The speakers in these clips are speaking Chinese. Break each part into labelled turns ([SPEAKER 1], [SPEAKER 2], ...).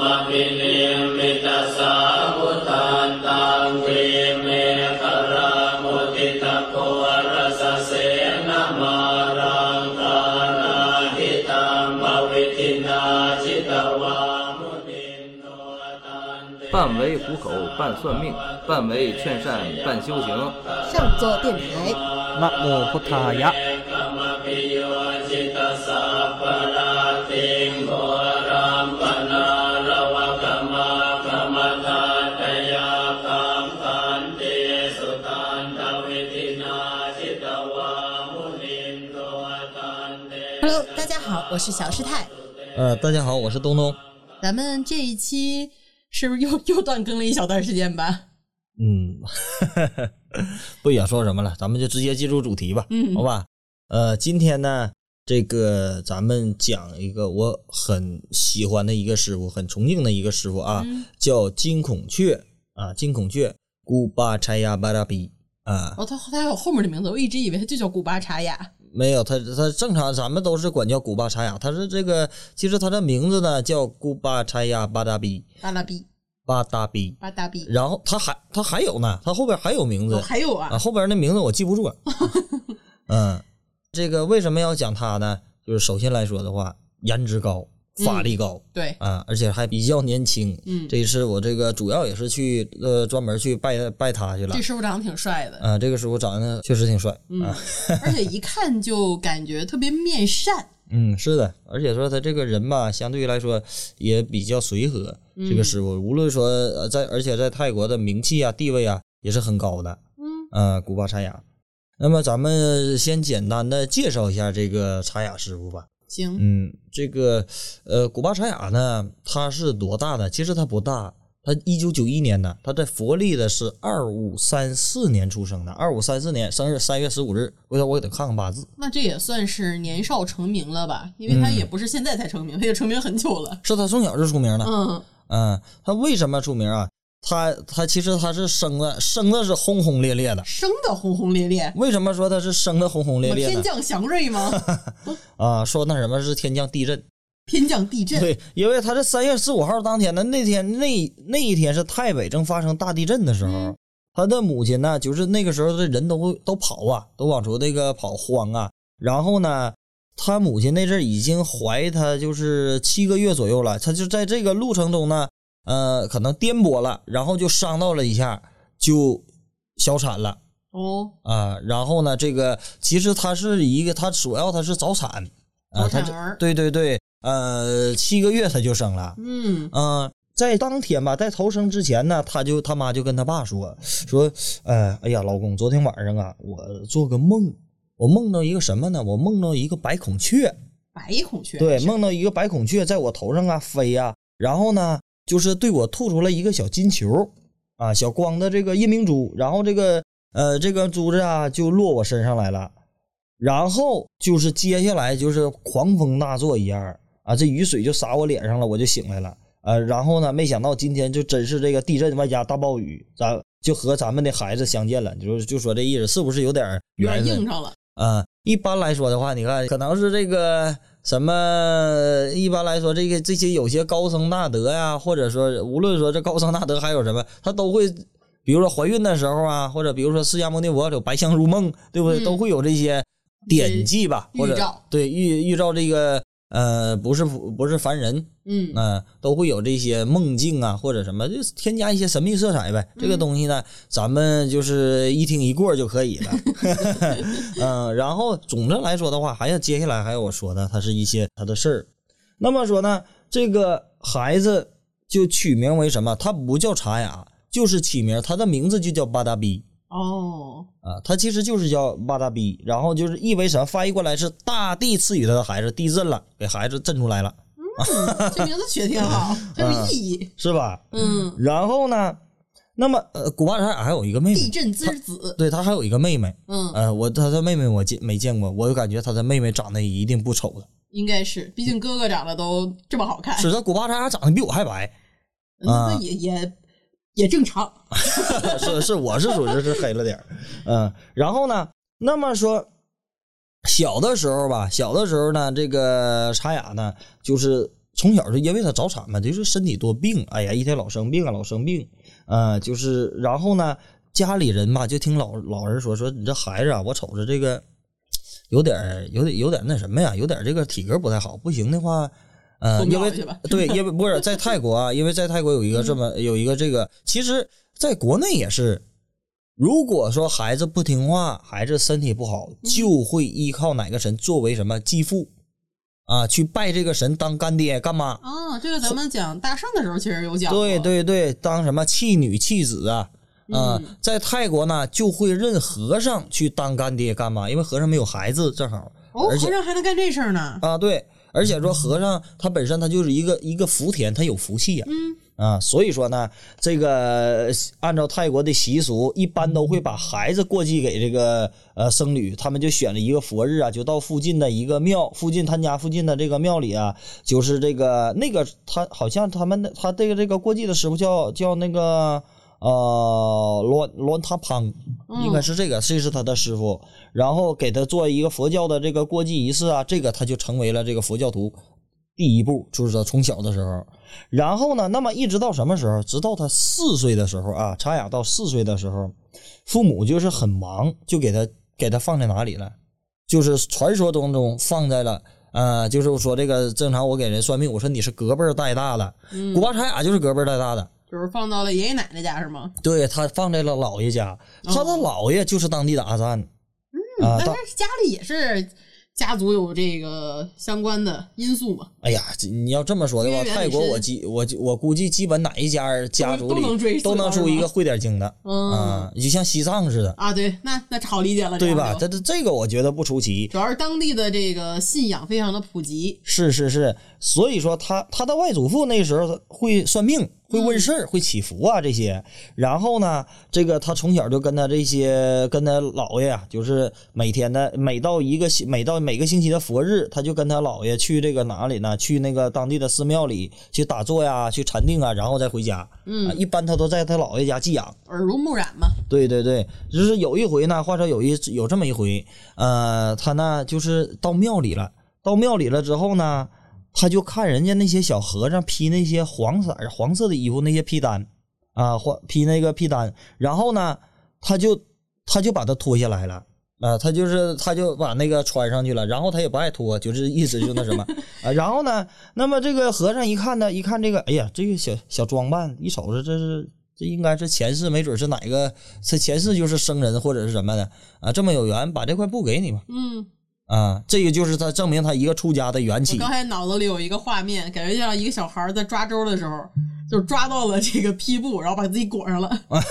[SPEAKER 1] มปิเนมิตาสาวุทานตังเวเมฆรามุติตะโพรสเสนามารังกานาหิตังปวิทินาจิตวามุนินโนตันเต
[SPEAKER 2] 半为糊口，半算命，半为劝善，半修行。
[SPEAKER 3] 上座电台，
[SPEAKER 4] นะโมพุทธายะ
[SPEAKER 3] Hello，大家好，我是小师太。
[SPEAKER 4] 呃，大家好，我是东东。
[SPEAKER 3] 咱们这一期是不是又又断更了一小段时间吧？
[SPEAKER 4] 嗯， 不想说什么了，咱们就直接进入主题吧，
[SPEAKER 3] 嗯
[SPEAKER 4] 好吧？呃，今天呢，这个咱们讲一个我很喜欢的一个师傅，很崇敬的一个师傅啊，
[SPEAKER 3] 嗯
[SPEAKER 4] 叫金孔雀啊，金孔雀古巴柴亚巴拉比啊，
[SPEAKER 3] 哦，他他还有后面的名字，我一直以为他就叫古巴茶雅。
[SPEAKER 4] 没有，他他正常咱们都是管叫古巴柴亚，他是这个，其实他的名字呢叫古巴柴亚巴达比
[SPEAKER 3] 巴拉比，
[SPEAKER 4] 巴达比，
[SPEAKER 3] 巴达比，
[SPEAKER 4] 然后他还他还有呢，他后边还有名字
[SPEAKER 3] 哦，，还有啊
[SPEAKER 4] 啊，，后边那名字我记不住了。嗯，这个为什么要讲他呢？就是首先来说的话，颜值高，法力高、
[SPEAKER 3] 对，
[SPEAKER 4] 啊，而且还比较年轻。
[SPEAKER 3] 嗯，
[SPEAKER 4] 这一次我这个主要也是去呃专门去拜拜他去了
[SPEAKER 3] 这。师傅长得挺帅的，
[SPEAKER 4] 啊，这啊个师傅长得确实挺帅。
[SPEAKER 3] 嗯， 而且一看就感觉特别面善，
[SPEAKER 4] 嗯，是的，而且说他这个人吧，相对于来说也比较随和。这个
[SPEAKER 3] 嗯
[SPEAKER 4] 师傅，无论说呃在，而且在泰国的名气啊、地位啊也是很高的。
[SPEAKER 3] 嗯，
[SPEAKER 4] 呃，古巴茶雅。那么咱们先简单的介绍一下这个茶雅师傅吧。
[SPEAKER 3] 行，
[SPEAKER 4] 嗯，这个呃，古巴茶雅呢，他是多大呢？其实他不大，他一九九一年呢，他在佛历的是二五三四年出生的，二五三四年生日三月十五日。回头我给他看看八字，
[SPEAKER 3] 那这也算是年少成名了吧？因为他
[SPEAKER 4] 嗯
[SPEAKER 3] 也不是现在才成名，他也成名很久了。
[SPEAKER 4] 是他从小就出名的。
[SPEAKER 3] 嗯，
[SPEAKER 4] 嗯，他为什么出名啊？他他其实他是生的生的是轰轰烈烈的。
[SPEAKER 3] 生的轰轰烈烈，
[SPEAKER 4] 为什么说他是生的轰轰烈
[SPEAKER 3] 我
[SPEAKER 4] 烈
[SPEAKER 3] 天
[SPEAKER 4] 呢？
[SPEAKER 3] 降祥瑞 吗？
[SPEAKER 4] 啊，说那什么是天降地震？
[SPEAKER 3] 天降地震，
[SPEAKER 4] 对，因为他是三月十五号当天的那天，那那一天是太北正发生大地震的时候，
[SPEAKER 3] 嗯
[SPEAKER 4] 他的母亲呢，就是那个时候的人都都跑啊，都往出那个跑慌啊。然后呢，他母亲那阵儿已经怀他就是七个月左右了，他就在这个路程中呢，呃，可能颠簸了，然后就伤到了一下，就小产了。
[SPEAKER 3] 哦，
[SPEAKER 4] 啊，然后呢，这个其实它是一个，它主要它是早产啊，
[SPEAKER 3] 早
[SPEAKER 4] 它
[SPEAKER 3] 产
[SPEAKER 4] 这
[SPEAKER 3] 儿
[SPEAKER 4] 对对对，呃，七个月它就生了，
[SPEAKER 3] 嗯，
[SPEAKER 4] 嗯、在当天吧，在投生之前呢，他就他妈就跟他爸说说，呃，哎呀，老公，昨天晚上啊，我做个梦，我梦到一个什么呢？我梦到一个白孔雀，
[SPEAKER 3] 白孔雀，
[SPEAKER 4] 对，梦到一个白孔雀在我头上啊飞呀、然后呢，就是对我吐出来一个小金球，啊，小光的这个夜明珠，然后这个呃这个珠子啊就落我身上来了，然后就是接下来就是狂风大作一样啊，这雨水就洒我脸上了，我就醒来了，呃，然后呢，没想到今天就真是这个地震外加大暴雨，咱就和咱们的孩子相见了，就是就说这意思是不是有点儿
[SPEAKER 3] 有
[SPEAKER 4] 缘
[SPEAKER 3] 点
[SPEAKER 4] 分
[SPEAKER 3] 硬？上了，
[SPEAKER 4] 啊，一般来说的话，你看，可能是这个什么，一般来说，这个这些有些高僧大德呀、或者说无论说这高僧大德还有什么，他都会，比如说怀孕的时候啊，或者比如说释迦牟尼佛有白香如梦，对不对？
[SPEAKER 3] 嗯
[SPEAKER 4] 都会有这些典籍吧，
[SPEAKER 3] 对
[SPEAKER 4] 或者
[SPEAKER 3] 预兆
[SPEAKER 4] 对预预兆这个呃，不是普不是凡人，
[SPEAKER 3] 嗯，
[SPEAKER 4] 嗯、都会有这些梦境啊，或者什么，就是添加一些神秘色彩呗。这个东西呢，咱们就是一听一过就可以了。嗯、然后总的来说的话，还要接下来还有我说的，它是一些它的事儿。那么说呢，这个孩子就取名为什么？他不叫查雅，就是起名，他的名字就叫巴达比
[SPEAKER 3] 哦，
[SPEAKER 4] 啊，他其实就是叫巴达比，然后就是意为什么？翻译过来是大地赐予他的孩子，地震了，给孩子震出来了，
[SPEAKER 3] 嗯这名字取得挺 好，很有意义，
[SPEAKER 4] 是吧？
[SPEAKER 3] 嗯，
[SPEAKER 4] 然后呢，那么呃，古巴查尔还有一个妹
[SPEAKER 3] 地
[SPEAKER 4] 妹，
[SPEAKER 3] 震之子，
[SPEAKER 4] 对他还有一个妹妹，
[SPEAKER 3] 嗯，
[SPEAKER 4] 呃，我他的妹妹我见没见过，我就感觉他的妹妹长得一定不丑了。
[SPEAKER 3] 应该是，毕竟哥哥长得都这么好看，
[SPEAKER 4] 是啊的，古巴查尔长得比我还 白，
[SPEAKER 3] 嗯那也也也正常，
[SPEAKER 4] 啊是是，我是属于是黑了点儿，嗯，然后呢，那么说。小的时候吧，小的时候呢，这个查雅呢，就是从小就因为他早产嘛，就是身体多病，哎呀，一天老生病啊，老生病，呃，就是然后呢，家里人吧就听老老人说说你这孩子啊，我瞅着这个有点儿有点有点那什么呀，有点这个体格不太好，不行的话。呃，
[SPEAKER 3] 疯了
[SPEAKER 4] 因为
[SPEAKER 3] 是吧
[SPEAKER 4] 对，因为不是在泰国啊，因为在泰国有一个这么有一个这个，其实在国内也是，如果说孩子不听话，孩子身体不好，就会依靠哪个神作为什么继父啊，去拜这个神当干爹干妈。
[SPEAKER 3] 哦，这个咱们讲大圣的时候其实有讲过，
[SPEAKER 4] 对对对，当什么弃女弃子啊。啊、
[SPEAKER 3] 嗯
[SPEAKER 4] 在泰国呢，就会认和尚去当干爹干妈，因为和尚没有孩子，正好
[SPEAKER 3] 哦，
[SPEAKER 4] 而且
[SPEAKER 3] 和尚还能干这事儿呢，
[SPEAKER 4] 啊，对，而且说和尚他本身他就是一个一个福田，他有福气呀、
[SPEAKER 3] 嗯，
[SPEAKER 4] 啊，所以说呢，这个呃按照泰国的习俗，一般都会把孩子过继给这个呃僧侣，他们就选了一个佛日啊，就到附近的一个庙，附近他家附近的这个庙里啊，就是这个那个他好像他们的他这个这个过继的师傅叫叫那个呃罗罗塔邦，应该是这个，这是他的师傅，然后给他做一个佛教的这个过继仪式啊，这个他就成为了这个佛教徒。第一步就是说从小的时候，然后呢，那么一直到什么时候？直到他四岁的时候啊，查雅到四岁的时候，父母就是很忙，就给他给他放在哪里了？就是传说当中放在了。呃，就是说这个正常，我给人算命，我说你是隔辈儿带大的，
[SPEAKER 3] 嗯
[SPEAKER 4] 古巴查雅就是隔辈儿带大的，
[SPEAKER 3] 就是放到了爷爷奶奶家是吗？
[SPEAKER 4] 对他放在了姥爷家，
[SPEAKER 3] 哦
[SPEAKER 4] 他的姥爷就是当地的阿赞，啊，当
[SPEAKER 3] 但是家里也是家族有这个相关的因素嘛，
[SPEAKER 4] 哎呀，这你要这么说的话，
[SPEAKER 3] 渊源
[SPEAKER 4] 泰
[SPEAKER 3] 很
[SPEAKER 4] 国
[SPEAKER 3] 深
[SPEAKER 4] 我基我我估计基本哪一家家族
[SPEAKER 3] 都能追
[SPEAKER 4] 里
[SPEAKER 3] 溯
[SPEAKER 4] 都能
[SPEAKER 3] 到
[SPEAKER 4] 出
[SPEAKER 3] 是
[SPEAKER 4] 一个
[SPEAKER 3] 吗
[SPEAKER 4] 会点经的
[SPEAKER 3] 嗯
[SPEAKER 4] 啊，就像西藏似的，
[SPEAKER 3] 啊，对，那那好理解了，
[SPEAKER 4] 对
[SPEAKER 3] 这
[SPEAKER 4] 吧？
[SPEAKER 3] 样就
[SPEAKER 4] 这这这个我觉得不出奇，
[SPEAKER 3] 主要是当地的这个信仰非常的普及，
[SPEAKER 4] 是是是，所以说他他的外祖父那时候会算命，会问事儿，会祈福啊这些。然后呢，这个他从小就跟他这些跟他姥爷啊，就是每天的每到一个星每到每个星期的佛日，他就跟他姥爷去这个哪里呢？去那个当地的寺庙里去打坐呀，去禅定啊，然后再回家。嗯、一般他都在他姥爷家寄养。
[SPEAKER 3] 耳濡目染嘛，
[SPEAKER 4] 对对对，就是有一回呢，话说有一有这么一回，呃，他呢就是到庙里了，到庙里了之后呢，他就看人家那些小和尚披那些黄色儿黄色的衣服，那些披单啊，黄披那个披单，然后呢，他就他就把它脱下来了。啊，他就是，他就把那个穿上去了，然后他也不爱脱，就是一直就 那什么啊。然后呢，那么这个和尚一看呢，一看这个，哎呀，这个小小装扮，一瞅这这是这应该是前世，没准是哪个，这前世就是僧人或者是什么的啊，这么有缘，把这块布给你吧
[SPEAKER 3] 嗯，
[SPEAKER 4] 啊，这个就是他证明他一个出家的缘
[SPEAKER 3] 我
[SPEAKER 4] 起
[SPEAKER 3] 刚才脑子里有一个画面，感觉就像一个小孩儿在抓周的时候，就是抓到了这个披布，然后把自己裹上了。
[SPEAKER 4] 哎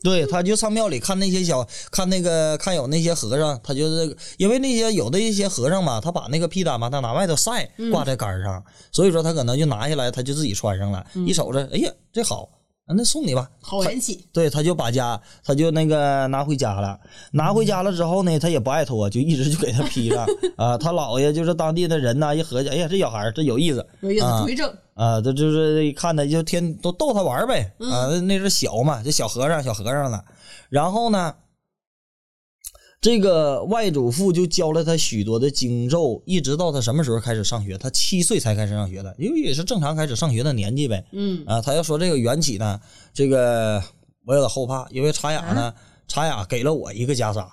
[SPEAKER 4] 对，他就上庙里看那些小看那个看有那些和尚，他就是因为那些有的一些和尚吧，他把那个披单吧，他拿外头晒挂在杆儿上，所以说他可能就拿下来，他就自己穿上了，一瞅着，哎呀，这好，啊那送你吧，
[SPEAKER 3] 好
[SPEAKER 4] 他
[SPEAKER 3] 缘起，
[SPEAKER 4] 对，他就把家，他就那个拿回家了。拿回家了之后呢，他也不爱脱，就一直就给他披上啊。他姥爷就是当地的人呐、一合计，哎呀，这小孩儿这有意思
[SPEAKER 3] 有意思
[SPEAKER 4] 啊，
[SPEAKER 3] 推正，
[SPEAKER 4] 啊，这就是一看他就天都逗他玩儿呗啊，
[SPEAKER 3] 嗯
[SPEAKER 4] 那那是小嘛，这小和尚小和尚了。然后呢，这个外祖父就教了他许多的经咒，一直到他什么时候开始上学？他七岁才开始上学的，因为也是正常开始上学的年纪呗。
[SPEAKER 3] 嗯，
[SPEAKER 4] 啊，他要说这个缘起呢，这个我有点后怕，因为查雅
[SPEAKER 3] 啊
[SPEAKER 4] 呢，查雅给了我一个袈裟。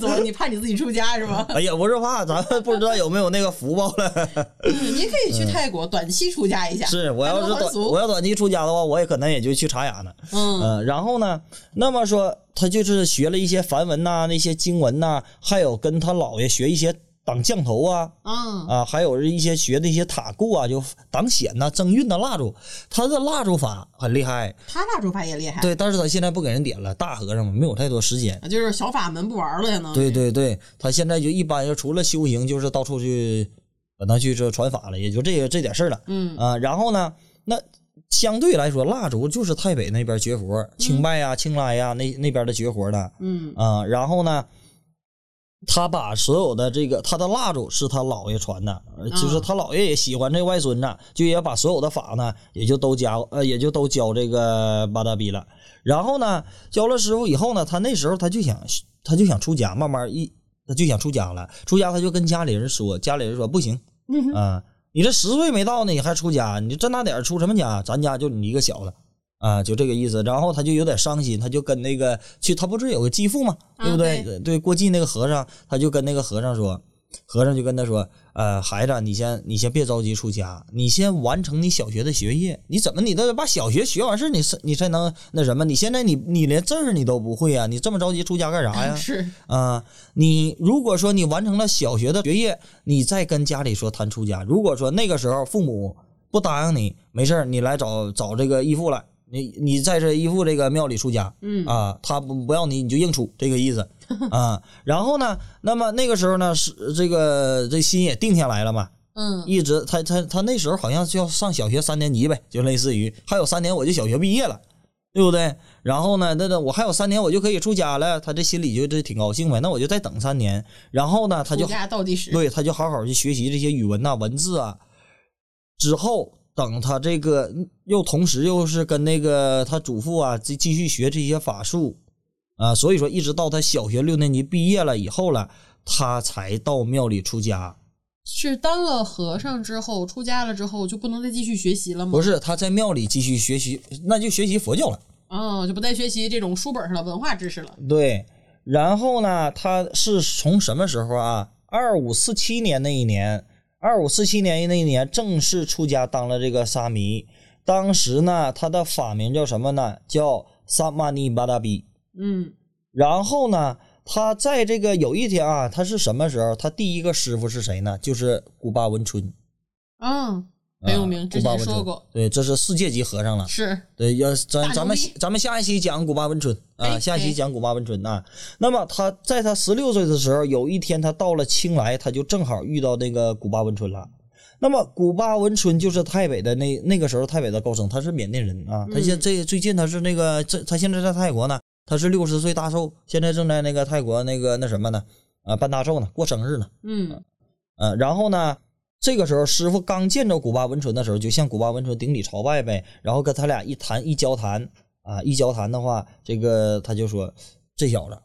[SPEAKER 3] 怎么你怕你自己出家是 吗？
[SPEAKER 4] 哎呀，我是怕咱们不知道有没有那个福报了。
[SPEAKER 3] 嗯，您可以去泰国短期出家一下，
[SPEAKER 4] 是我要
[SPEAKER 3] 还
[SPEAKER 4] 是
[SPEAKER 3] 能还
[SPEAKER 4] 短
[SPEAKER 3] 俗
[SPEAKER 4] 我要短期出家的话，我也可能也就去查雅呢。
[SPEAKER 3] 嗯，
[SPEAKER 4] 嗯、然后呢，那么说他就是学了一些梵文呐、那些经文呐、还有跟他姥爷学一些挡降头啊，
[SPEAKER 3] 嗯，
[SPEAKER 4] 啊，还有一些学的一些塔固啊，就挡显呐、增运的蜡烛，他的蜡烛法很厉害。
[SPEAKER 3] 他蜡烛法也厉害，
[SPEAKER 4] 对，但是他现在不给人点了，大和尚嘛，没有太多时间。
[SPEAKER 3] 啊，就是小法门不玩了，相当于
[SPEAKER 4] 对对对，他现在就一般就除了修行，就是到处去，可能去这传法了，也就这这点事儿了。
[SPEAKER 3] 嗯
[SPEAKER 4] 啊，然后呢，那相对来说，蜡烛就是太北那边绝活，清迈呀、清莱呀那那边的绝活的
[SPEAKER 3] 嗯
[SPEAKER 4] 啊。然后呢，他把所有的这个他的蜡烛是他姥爷传的，呃就是
[SPEAKER 3] 嗯
[SPEAKER 4] 他姥爷也喜欢这外孙子，就也把所有的法呢，也就都教呃，也就都教这个巴达比了。然后呢，教了师傅以后呢，他那时候他就想他就想出家，慢慢一他就想出家了。出家他就跟家里人说，家里人说不行，啊、你这十岁没到呢，你还出家？你这大点儿出什么家？咱家就你一个小的啊，就这个意思。然后他就有点伤心，他就跟那个去，他不是有个继父嘛，
[SPEAKER 3] 啊
[SPEAKER 4] 对不对？对过继那个和尚，他就跟那个和尚说，和尚就跟他说，呃，孩子，你先你先别着急出家，你先完成你小学的学业。你怎么你都得把小学学完事儿，你是你才能那什么？你现在你你连字儿你都不会啊，你这么着急出家干啥哎呀？
[SPEAKER 3] 是
[SPEAKER 4] 啊，你如果说你完成了小学的学业，你再跟家里说谈出家。如果说那个时候父母不答应你，没事儿，你来找找这个义父来，你你在这义父这个庙里出家，
[SPEAKER 3] 嗯
[SPEAKER 4] 啊，他不不要你，你就硬出这个意思 啊。然后呢，那么那个时候呢，是这个这心也定下来了嘛，
[SPEAKER 3] 嗯
[SPEAKER 4] 一直他他他那时候好像就要上小学三年级呗，就类似于还有三年我就小学毕业了，对不对？然后呢，那那我还有三年我就可以出家了，他这心里就这挺高兴呗。那我就再等三年，然后呢，他就
[SPEAKER 3] 出家倒计时，
[SPEAKER 4] 对他就好好去学习这些语文呐、文字啊。之后等他这个又同时又是跟那个他祖父啊继继续学这些法术啊，所以说一直到他小学六年级毕业了以后了，他才到庙里出家。
[SPEAKER 3] 是当了和尚之后，出家了之后就不能再继续学习了吗？
[SPEAKER 4] 不是，他在庙里继续学习，那就学习佛教了。
[SPEAKER 3] 嗯，就不再学习这种书本上的文化知识了。
[SPEAKER 4] 对，然后呢，他是从什么时候啊？二五四七年那一年，二五四七年那一年正式出家当了这个沙弥。当时呢，他的法名叫什么呢？叫萨玛尼巴达比。
[SPEAKER 3] 嗯
[SPEAKER 4] 然后呢，他在这个有一天啊，他是什么时候？他第一个师傅是谁呢？就是古巴文春，
[SPEAKER 3] 嗯，很有名，
[SPEAKER 4] 啊
[SPEAKER 3] 之
[SPEAKER 4] 古巴
[SPEAKER 3] 前
[SPEAKER 4] 文
[SPEAKER 3] 说
[SPEAKER 4] 春
[SPEAKER 3] 过，
[SPEAKER 4] 对，这是世界级和尚了。
[SPEAKER 3] 是
[SPEAKER 4] 对，要
[SPEAKER 3] 大
[SPEAKER 4] 咱
[SPEAKER 3] 牛
[SPEAKER 4] 咱们
[SPEAKER 3] 逼
[SPEAKER 4] 咱们下一期讲古巴文春啊，
[SPEAKER 3] 哎
[SPEAKER 4] 下一
[SPEAKER 3] 哎
[SPEAKER 4] 期讲古巴文春啊。那么他在他十六岁的时候，有一天他到了青莱，他就正好遇到那个古巴文春了。那么古巴文春就是太北的那那个时候太北的高僧，他是缅甸人啊。他现
[SPEAKER 3] 嗯
[SPEAKER 4] 这最近他是那个这他现在在泰国呢，他是六十岁大寿，现在正在那个泰国那个那什么呢啊办大寿呢，过生日呢。
[SPEAKER 3] 嗯
[SPEAKER 4] 呃，然后呢，这个时候师傅刚见着古巴文春的时候，就向古巴文春顶礼朝拜呗，然后跟他俩一谈一交谈啊，一交谈的话，这个他就说这小子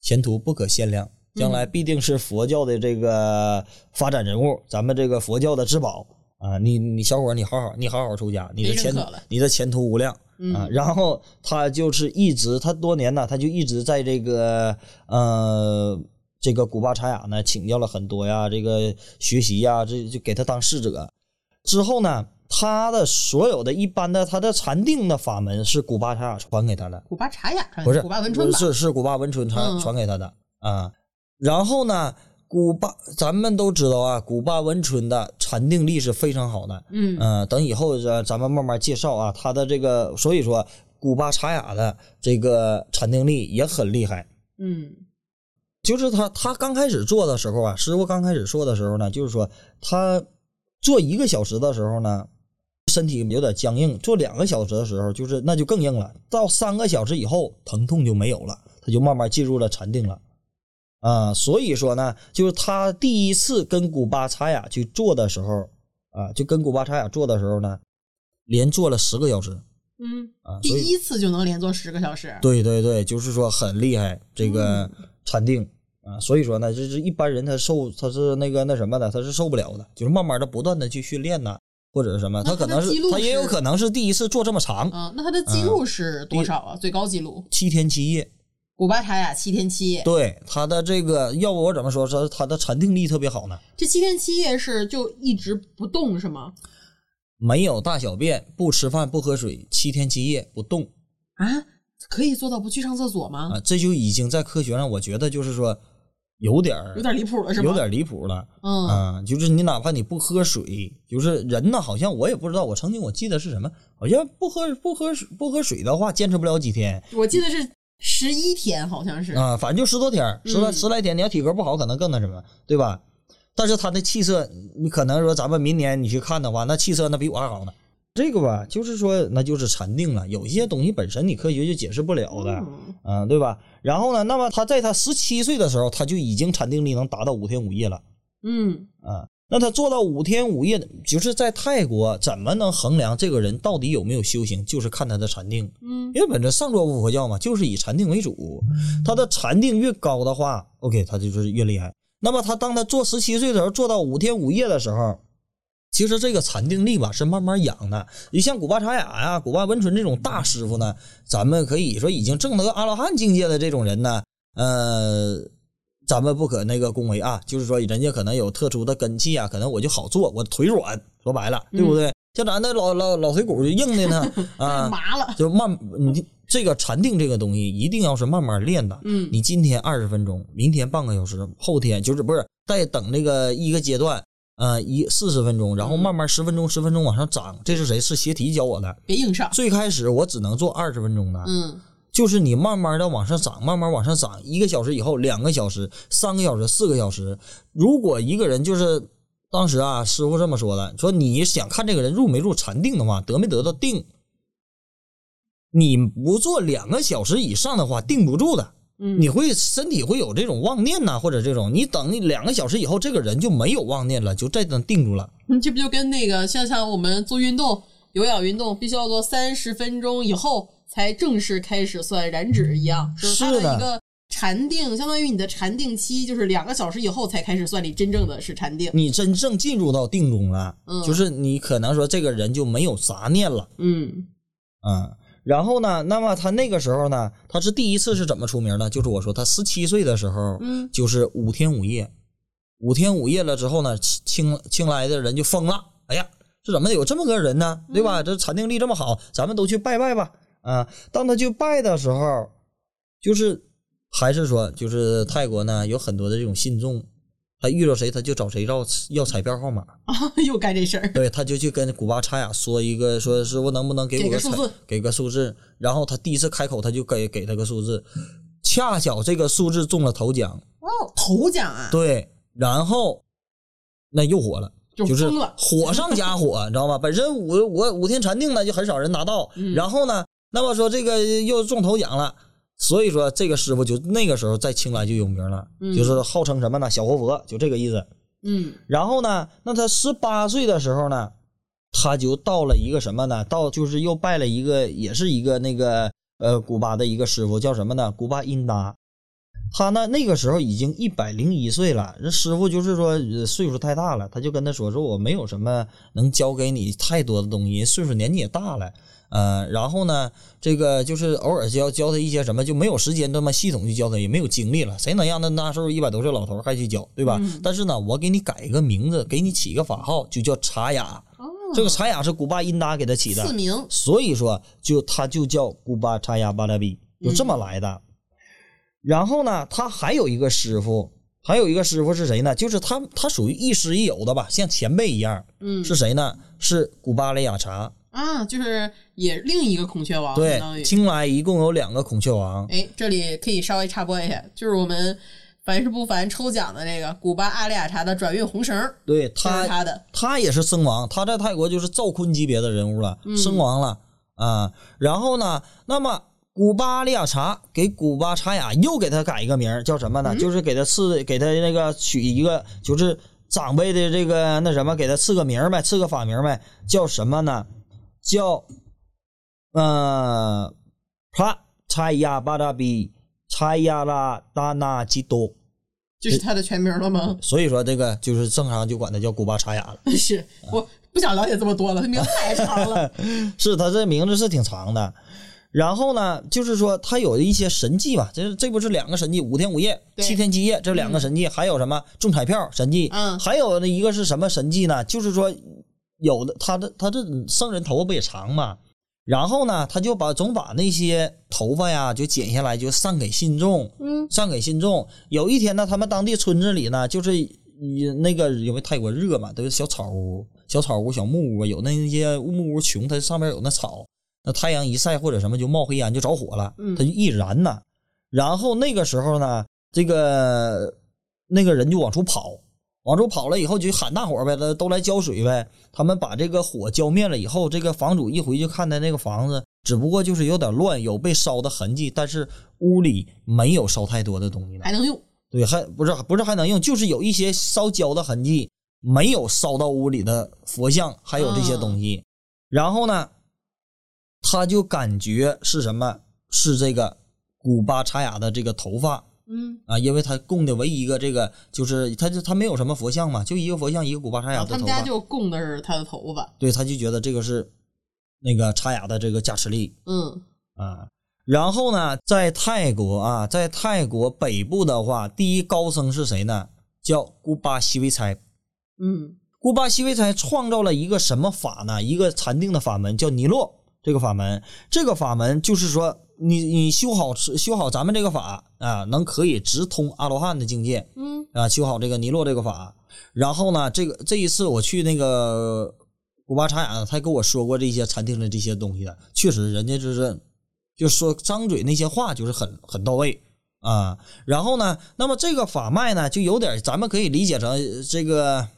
[SPEAKER 4] 前途不可限量，将
[SPEAKER 3] 嗯
[SPEAKER 4] 来必定是佛教的这个发展人物，咱们这个佛教的至宝。啊，你你小伙儿，你好好，你好好出家，你的
[SPEAKER 3] 被认
[SPEAKER 4] 前
[SPEAKER 3] 可了
[SPEAKER 4] 你的前途无量啊！
[SPEAKER 3] 嗯
[SPEAKER 4] 然后他就是一直，他多年呢，他就一直在这个呃这个古巴查雅呢请教了很多呀，这个学习呀，这就给他当侍者。之后呢，他的所有的一般的他的禅定的法门是古巴查雅传给他的，
[SPEAKER 3] 古巴茶雅传，
[SPEAKER 4] 不是
[SPEAKER 3] 古巴文春吧？
[SPEAKER 4] 是是古巴文春传
[SPEAKER 3] 嗯
[SPEAKER 4] 传给他的啊。然后呢，古巴咱们都知道啊，古巴文春的禅定力是非常好的，
[SPEAKER 3] 嗯
[SPEAKER 4] 嗯，等以后咱咱们慢慢介绍啊，他的这个，所以说古巴查雅的这个禅定力也很厉害。
[SPEAKER 3] 嗯
[SPEAKER 4] 就是他他刚开始做的时候啊，师傅刚开始做的时候呢，就是说他做一个小时的时候呢，身体有点僵硬；做两个小时的时候，就是那就更硬了。到三个小时以后，疼痛就没有了，他就慢慢进入了禅定了。啊，所以说呢，就是他第一次跟古巴查雅去做的时候，啊，就跟古巴查雅做的时候呢，连做了十个小时
[SPEAKER 3] 嗯，
[SPEAKER 4] 啊，
[SPEAKER 3] 第
[SPEAKER 4] 所以
[SPEAKER 3] 一次就能连做十个小时，
[SPEAKER 4] 对对对，就是说很厉害这个
[SPEAKER 3] 嗯
[SPEAKER 4] 禅定、啊，所以说呢，就是一般人他受他是那个那什么的，他是受不了的，就是慢慢的不断的去训练呐，或者是什么，
[SPEAKER 3] 那
[SPEAKER 4] 他可
[SPEAKER 3] 他的
[SPEAKER 4] 能是
[SPEAKER 3] 记录
[SPEAKER 4] 他也有
[SPEAKER 3] 是
[SPEAKER 4] 可能是第一次做这么长，
[SPEAKER 3] 嗯，那他的
[SPEAKER 4] 啊
[SPEAKER 3] 记录是多少啊？最高记录，
[SPEAKER 4] 七天七夜。
[SPEAKER 3] 古巴茶雅七天七夜，
[SPEAKER 4] 对他的这个，要不我怎么说是他的禅定力特别好呢？
[SPEAKER 3] 这七天七夜是就一直不动是吗？
[SPEAKER 4] 没有大小便，不吃饭，不喝水，七天七夜不动
[SPEAKER 3] 啊，可以做到不去上厕所吗？
[SPEAKER 4] 啊，这就已经在科学上，我觉得就是说有点儿
[SPEAKER 3] 有点离谱了是吗？
[SPEAKER 4] 有点离谱了。
[SPEAKER 3] 嗯
[SPEAKER 4] 啊，就是你哪怕你不喝水，就是人呢，好像我也不知道，我曾经我记得是什么，好像不喝不喝水不喝水的话，坚持不了几天
[SPEAKER 3] 我记得是十一天，好像是。
[SPEAKER 4] 啊，反正就十多天儿，十来、
[SPEAKER 3] 嗯
[SPEAKER 4] 十来天，你要体格不好，可能更那什么，对吧？但是他的气色，你可能说咱们明年你去看的话，那气色那比我还好呢。这个吧，就是说，那就是禅定了。有一些东西本身你科学就解释不了的，
[SPEAKER 3] 嗯
[SPEAKER 4] 嗯，对吧？然后呢，那么他在他十七岁的时候，他就已经禅定力能达到五天五夜了。
[SPEAKER 3] 嗯，
[SPEAKER 4] 啊，那他做到五天五夜，就是在泰国，怎么能衡量这个人到底有没有修行？就是看他的禅定，
[SPEAKER 3] 嗯
[SPEAKER 4] 因为本着上座部佛教嘛，就是以禅定为主。他的禅定越高的话，OK，他就是越厉害。那么他当他做十七岁的时候，做到五天五夜的时候，其实这个禅定力吧是慢慢养的，你像古巴茶雅呀、古巴文纯这种大师傅呢，咱们可以说已经证得阿罗汉境界的这种人呢，呃，咱们不可那个恭维啊，就是说人家可能有特殊的根气啊，可能我就好做，我腿软，说白了，对不对？像咱的老老老腿骨就硬的呢啊，
[SPEAKER 3] 麻了，
[SPEAKER 4] 就慢，你这个禅定这个东西一定要是慢慢练的。
[SPEAKER 3] 嗯
[SPEAKER 4] 你今天二十分钟，明天半个小时，后天就是不是再等那个一个阶段，呃，一四十分钟，然后慢慢十分钟十分钟往上涨。这是谁？是鞋提教我的。
[SPEAKER 3] 别硬上，
[SPEAKER 4] 最开始我只能做二十分钟的，
[SPEAKER 3] 嗯
[SPEAKER 4] 就是你慢慢的往上涨，慢慢往上涨，一个小时以后，两个小时，三个小时，四个小时。如果一个人就是当时啊，师傅这么说的，说你想看这个人入没入禅定的话，得没得到定，你不做两个小时以上的话，定不住的。
[SPEAKER 3] 嗯，
[SPEAKER 4] 你会身体会有这种妄念呐、或者这种，你等两个小时以后，这个人就没有妄念了，就再能定住了。
[SPEAKER 3] 你这不就跟那个像像我们做运动，有氧运动必须要做三十分钟以后才正式开始算燃脂一样，就是它
[SPEAKER 4] 是的
[SPEAKER 3] 一个禅定，相当于你的禅定期就是两个小时以后才开始算你真正的是禅定。
[SPEAKER 4] 你真正进入到定中了，
[SPEAKER 3] 嗯
[SPEAKER 4] 就是你可能说这个人就没有杂念了。
[SPEAKER 3] 嗯
[SPEAKER 4] 啊。然后呢，那么他那个时候呢，他是第一次是怎么出名呢？就是我说他十七岁的时候，
[SPEAKER 3] 嗯
[SPEAKER 4] 就是五天五夜，五天五夜了之后呢，青青来的人就疯了。哎呀，这怎么有这么个人呢？对吧？这禅定力这么好，咱们都去拜拜吧。啊，当他去拜的时候，就是还是说，就是泰国呢有很多的这种信众，他遇到谁他就找谁要要彩票号码。
[SPEAKER 3] 啊， 又干这事儿，
[SPEAKER 4] 对，他就去跟古巴查雅说一个，说师傅能不能给
[SPEAKER 3] 给
[SPEAKER 4] 我
[SPEAKER 3] 个
[SPEAKER 4] 彩
[SPEAKER 3] 数字
[SPEAKER 4] 给个数字。然后他第一次开口，他就给给他个数字，恰巧这个数字中了头奖，
[SPEAKER 3] 哦，头奖啊，
[SPEAKER 4] 对，然后那又火了。
[SPEAKER 3] 就
[SPEAKER 4] 就是
[SPEAKER 3] 疯了
[SPEAKER 4] 火上加火，你知道吗？本身我我五天禅定呢就很少人拿到，
[SPEAKER 3] 嗯
[SPEAKER 4] 然后呢，那么说这个又中头奖了，所以说这个师傅就那个时候在青莱就有名了，
[SPEAKER 3] 嗯
[SPEAKER 4] 就是号称什么呢？小活佛，就这个意思。
[SPEAKER 3] 嗯
[SPEAKER 4] 然后呢，那他十八岁的时候呢，他就到了一个什么呢？到就是又拜了一个，也是一个那个呃古巴的一个师傅，叫什么呢？古巴因达。他呢那个时候已经一百零一岁了，这师傅就是说呃岁数太大了，他就跟他说说我没有什么能教给你太多的东西，岁数年纪也大了。呃，然后呢，这个就是偶尔教教他一些什么，就没有时间这么系统去教他，也没有精力了。谁能让他那时候一百多岁老头儿还去教，对吧？
[SPEAKER 3] 嗯
[SPEAKER 4] 但是呢，我给你改一个名字，给你起一个法号，就叫查雅。
[SPEAKER 3] 哦，
[SPEAKER 4] 这个查雅是古巴因达给他起的，
[SPEAKER 3] 四名，
[SPEAKER 4] 所以说就他就叫古巴查亚巴拉比，
[SPEAKER 3] 嗯
[SPEAKER 4] 就这么来的。然后呢，他还有一个师傅，还有一个师傅是谁呢？就是他，他属于亦师亦友的吧，像前辈一样。
[SPEAKER 3] 嗯
[SPEAKER 4] 是谁呢？是古巴雷雅察。
[SPEAKER 3] 啊，就是也另一个孔雀王，相当
[SPEAKER 4] 对，
[SPEAKER 3] 于
[SPEAKER 4] 清莱一共有两个孔雀王。
[SPEAKER 3] 啊哎，这里可以稍微插播一下，就是我们凡是不凡抽奖的这个古巴阿里雅茶的转运红绳儿，
[SPEAKER 4] 对
[SPEAKER 3] 就是
[SPEAKER 4] 他，
[SPEAKER 3] 他的，
[SPEAKER 4] 他也是僧王，他在泰国就是赵坤级别的人物了，僧王了啊、然后呢，那么古巴利亚茶给古巴茶雅又给他改一个名儿叫什么呢？就是给他赐给他那个取一个，就是长辈的这个那什么，给他赐个名儿呗，赐个法名儿呗，叫什么呢？叫呃，帕查雅巴达比查雅拉达纳基多。
[SPEAKER 3] 这是他的全名了吗？
[SPEAKER 4] 所以说这个就是正常就管他叫古巴查雅了。
[SPEAKER 3] 是我不想了解这么多了，他名字太长 了。
[SPEAKER 4] 是他这名字是挺长的。然后呢，就是说他有一些神迹吧，这这不是两个神迹，五天五夜、
[SPEAKER 3] 对
[SPEAKER 4] 七天七夜，这两个神迹，还有什么中彩票神迹，
[SPEAKER 3] 嗯
[SPEAKER 4] 还有呢一个是什么神迹呢？就是说有的他的他这僧人头发不也长嘛，然后呢，他就把总把那些头发呀就剪下来，就散给信众，
[SPEAKER 3] 嗯，
[SPEAKER 4] 上给信众。有一天呢，他们当地村子里呢，就是以那个因为泰国热嘛，都是小草屋、小草屋、小木屋，有那些木屋穷，它上面有那草，那太阳一晒或者什么就冒黑烟就着火了，
[SPEAKER 3] 嗯
[SPEAKER 4] 它就易燃呐。然后那个时候呢，这个那个人就往出跑。往出跑了以后，就喊大伙儿呗，都都来浇水呗。他们把这个火浇灭了以后，这个房主一回去看他那个房子，只不过就是有点乱，有被烧的痕迹，但是屋里没有烧太多的东西呢
[SPEAKER 3] 还。能用，
[SPEAKER 4] 对，还不是不是还能用，就是有一些烧焦的痕迹，没有烧到屋里的佛像，还有这些东西。然后呢，他就感觉是什么？是这个古巴查雅的这个头发
[SPEAKER 3] 嗯，
[SPEAKER 4] 啊，因为他供的唯一一个这个就是他就他没有什么佛像嘛，就一个佛像，一个古巴沙雅
[SPEAKER 3] 啊
[SPEAKER 4] 的
[SPEAKER 3] 他
[SPEAKER 4] 头
[SPEAKER 3] 们家
[SPEAKER 4] 发，
[SPEAKER 3] 就供的是他的头发，
[SPEAKER 4] 对，他就觉得这个是那个查雅的这个加持力
[SPEAKER 3] 嗯
[SPEAKER 4] 啊。然后呢，在泰国啊，在泰国北部的话，第一高僧是谁呢？叫古巴西维猜。
[SPEAKER 3] 嗯
[SPEAKER 4] 古巴西维才创造了一个什么法呢？一个禅定的法门叫尼洛这个法门。这个法门就是说，你你修好修好咱们这个法啊，能可以直通阿罗汉的境界
[SPEAKER 3] 嗯
[SPEAKER 4] 啊，修好这个尼洛这个法。然后呢，这个这一次我去那个古巴查雅，他跟我说过这些禅定的这些东西的，确实人家就是就说张嘴那些话就是很很到位。啊，然后呢？那么这个法脉呢，就有点咱们可以理解成呃这个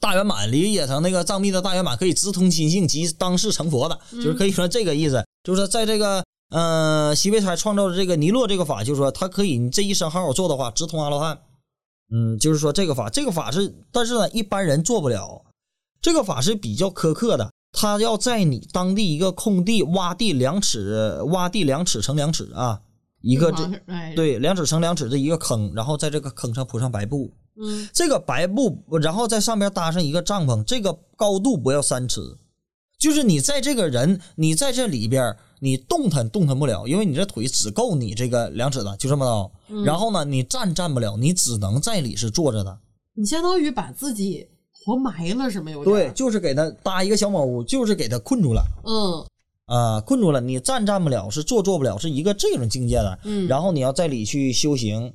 [SPEAKER 4] 大圆满，理解成那个藏密的大圆满，可以直通心性，即当世成佛的，就是可以说这个意思。就是说在这个呃，席维才创造的这个尼洛这个法，就是说他可以，你这一生好好做的话，直通阿罗汉。嗯，就是说这个法，这个法是，但是呢，一般人做不了。这个法是比较苛刻的，它要在你当地一个空地挖地两尺，挖地两尺乘两尺啊，一个这
[SPEAKER 3] 正常是哎，
[SPEAKER 4] 对，两指乘两指的一个坑，然后在这个坑上铺上白布，
[SPEAKER 3] 嗯
[SPEAKER 4] 这个白布，然后在上边搭上一个帐篷，这个高度不要三尺，就是你在这个人，你在这里边儿，你动弹动弹不了，因为你这腿只够你这个两指的，就这么高。然后呢，你站站不了，你只能在里是坐着的。
[SPEAKER 3] 你相当于把自己活埋了，是吗？有点
[SPEAKER 4] 对，
[SPEAKER 3] 儿，
[SPEAKER 4] 就是给他搭一个小茅屋，就是给他困住了。
[SPEAKER 3] 嗯
[SPEAKER 4] 啊，困住了，你站站不了，是坐坐不了，是一个这种境界的。
[SPEAKER 3] 嗯
[SPEAKER 4] 然后你要在里去修行。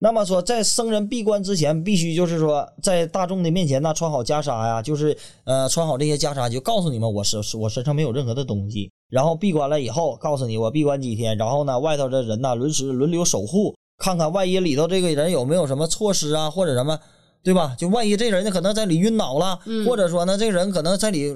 [SPEAKER 4] 那么说，在僧人闭关之前，必须就是说，在大众的面前呢，穿好袈裟呀、就是呃，穿好这些袈裟，就告诉你们，我身我身上没有任何的东西。然后闭关了以后，告诉你我闭关几天，然后呢，外头的人呢轮时轮流守护，看看万一里头这个人有没有什么措施啊，或者什么，对吧？就万一这人可能在里晕倒了，
[SPEAKER 3] 嗯
[SPEAKER 4] 或者说呢，这人可能在里，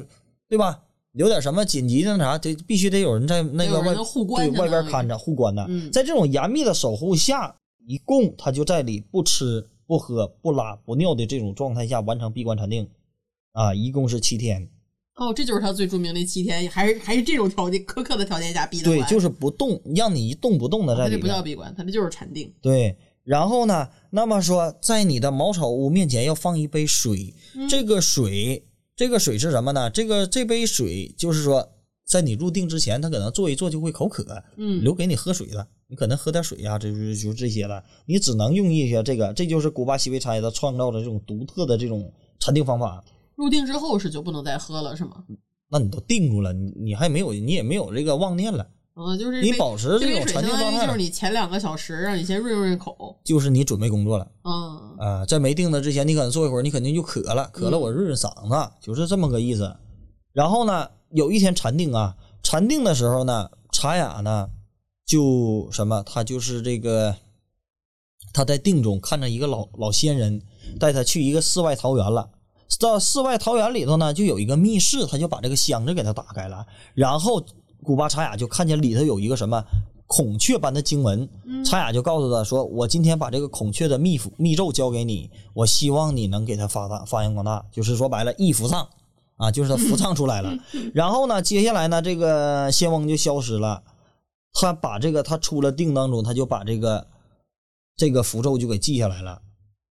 [SPEAKER 4] 对吧？有点什么紧急那啥，得必须得有人在那个
[SPEAKER 3] 有人
[SPEAKER 4] 外
[SPEAKER 3] 护关
[SPEAKER 4] 对
[SPEAKER 3] 着
[SPEAKER 4] 外边
[SPEAKER 3] 呢
[SPEAKER 4] 看着护关呢。
[SPEAKER 3] 嗯
[SPEAKER 4] 在这种严密的守护下，一共他就在里不吃不喝不拉不尿的这种状态下完成闭关禅定，啊，一共是七天。
[SPEAKER 3] 哦，这就是他最著名的七天，还是还是这种条件苛刻的条件下逼的
[SPEAKER 4] 对，
[SPEAKER 3] 关
[SPEAKER 4] 就是不动，让你一动不动的
[SPEAKER 3] 他
[SPEAKER 4] 在里
[SPEAKER 3] 这不
[SPEAKER 4] 边。
[SPEAKER 3] 叫闭关，他这就是禅定。
[SPEAKER 4] 对，然后呢，那么说，在你的茅草屋面前要放一杯水，这个水，这个水是什么呢？这个这杯水就是说，在你入定之前，他可能坐一坐就会口渴，
[SPEAKER 3] 嗯
[SPEAKER 4] 留给你喝水的，你可能喝点水呀、这就是就是这些了，你只能用一些这个，这就是古巴西维差的创造的这种独特的这种禅定方法。
[SPEAKER 3] 入定之后是就不能再喝了，是吗？
[SPEAKER 4] 那你都定住了，你你还没有，你也没有这个妄念了，
[SPEAKER 3] 嗯，就是
[SPEAKER 4] 你
[SPEAKER 3] 这
[SPEAKER 4] 保持
[SPEAKER 3] 这
[SPEAKER 4] 这
[SPEAKER 3] 杯
[SPEAKER 4] 种
[SPEAKER 3] 水
[SPEAKER 4] 禅
[SPEAKER 3] 相当
[SPEAKER 4] 定状
[SPEAKER 3] 于
[SPEAKER 4] 态
[SPEAKER 3] 就是
[SPEAKER 4] 了，
[SPEAKER 3] 你前两个小时让你先润润口，
[SPEAKER 4] 就是你准备工作了。
[SPEAKER 3] 嗯
[SPEAKER 4] 啊，在没定的之前，你可能坐一会儿，你肯定就渴了，渴了我润润嗓子，就是这么个意思。然后呢，有一天禅定啊，禅定的时候呢，茶雅呢就什么，他就是这个，他在定中看着一个老老仙人带他去一个世外桃源了。到世外桃源里头呢，就有一个密室，他就把这个箱子给他打开了，然后古巴查雅就看见里头有一个什么孔雀般的经文，查雅就告诉他说：“我今天把这个孔雀的密符密咒交给你，我希望你能给它发大发扬光大，就是说白了，一扶上啊，就是它扶上出来了。 然后呢，接下来呢，这个仙翁就消失了，他把这个他出了定当中，他就把这个这个符咒就给记下来了。”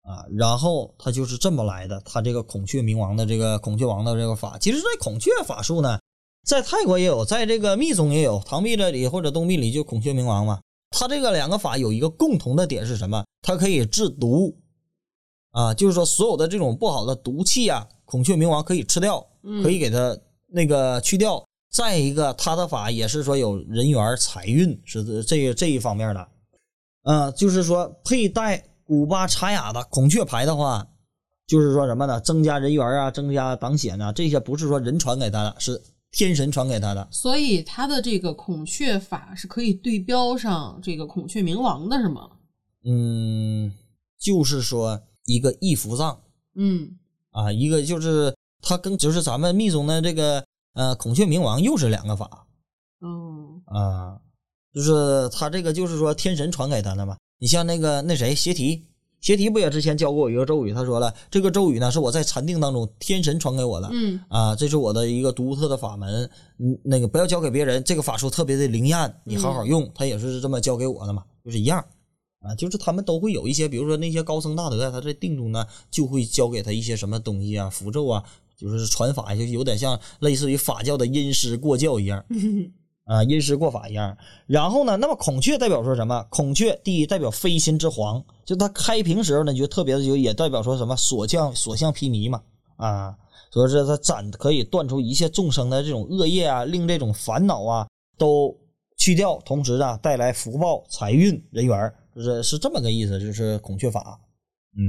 [SPEAKER 4] 啊，然后他就是这么来的。他这个孔雀明王的这个孔雀王的这个法，其实这孔雀法术呢，在泰国也有，在这个密宗也有，唐密这里或者东密里就孔雀明王嘛。它这个两个法有一个共同的点是什么？它可以制毒，啊，就是说所有的这种不好的毒气啊，孔雀明王可以吃掉，可以给它那个去掉。再一个，它的法也是说有人缘、财运是这这一方面的，啊，就是说佩戴古巴查雅的孔雀牌的话，就是说什么呢？增加人缘啊，增加党显啊，这些不是说人传给他的，是天神传给他的。
[SPEAKER 3] 所以他的这个孔雀法是可以对标上这个孔雀明王的，是吗？
[SPEAKER 4] 嗯，就是说一个易服藏
[SPEAKER 3] 嗯
[SPEAKER 4] 啊，一个就是它跟就是咱们密宗的这个呃孔雀明王又是两个法
[SPEAKER 3] 嗯
[SPEAKER 4] 啊，就是他这个就是说天神传给他的嘛。你像那个那谁邪提，邪提不也之前教过我一个咒语？他说了，这个咒语呢是我在禅定当中天神传给我的。
[SPEAKER 3] 嗯
[SPEAKER 4] 啊，这是我的一个独特的法门，嗯，那个不要教给别人，这个法术特别的灵验，你好好用。他也是这么教给我的嘛，就是一样啊，就是他们都会有一些，比如说那些高僧大德啊，他在定中呢就会教给他一些什么东西啊，符咒啊，就是传法，就有点像类似于法教的阴师过教一样，啊，阴师过法一样。然后呢，那么孔雀代表说什么？孔雀第一代表飞心之皇，就它开屏时候呢，就特别的就也代表说什么所向所向披靡嘛，啊，所以说它斩可以断除一切众生的这种恶业啊，令这种烦恼啊都去掉，同时啊带来福报、财运、人缘儿，就是是这么个意思，就是孔雀法。嗯，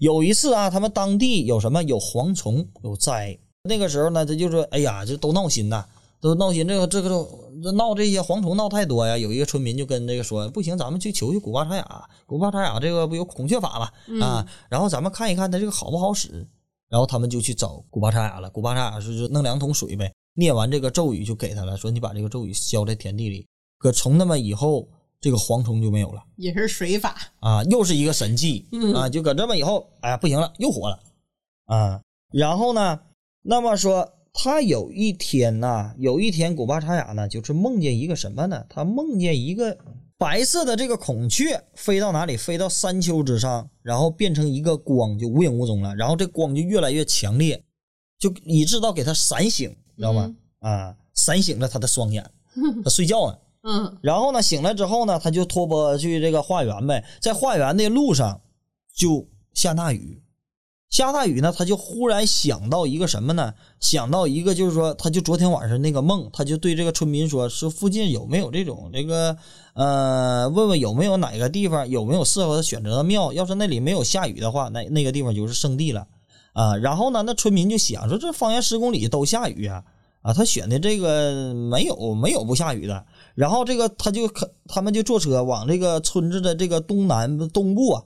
[SPEAKER 4] 有一次啊，他们当地有什么有蝗虫有灾，那个时候呢，他就说，哎呀，这都闹心呐、都闹心，这个这个这闹这些蝗虫闹太多呀。有一个村民就跟这个说，不行，咱们去求求古巴查雅，古巴查雅这个不有孔雀法嘛、
[SPEAKER 3] 嗯
[SPEAKER 4] 啊，然后咱们看一看它这个好不好使。然后他们就去找古巴查雅了，古巴查雅是就弄两桶水呗，念完这个咒语就给他了，说你把这个咒语浇在田地里。可从那么以后，这个蝗虫就没有了。
[SPEAKER 3] 也是水法，
[SPEAKER 4] 啊，又是一个神迹
[SPEAKER 3] 嗯
[SPEAKER 4] 啊，就搁这么以后，哎呀，不行了，又火了啊。然后呢，那么说他有一天呐、有一天古巴查雅呢，就是梦见一个什么呢？他梦见一个白色的这个孔雀飞到哪里？飞到山丘之上，然后变成一个光，就无影无踪了。然后这光就越来越强烈，就以致到给他闪醒，知道吗？啊，闪醒了他的双眼，他睡觉呢。
[SPEAKER 3] 嗯
[SPEAKER 4] 然后呢，醒来之后呢，他就托钵去这个化缘呗，在化缘的路上就下大雨，下大雨呢，他就忽然想到一个什么呢？想到一个就是说，他就昨天晚上那个梦，他就对这个村民说，是附近有没有这种这个呃，问问有没有哪个地方有没有适合选择的庙，要是那里没有下雨的话，那那个地方就是圣地了。啊，然后呢，那村民就想说，这方圆十公里都下雨啊，啊，他选的这个没有没有不下雨的，然后这个他就看他们就坐车往这个村子的这个东南东部啊，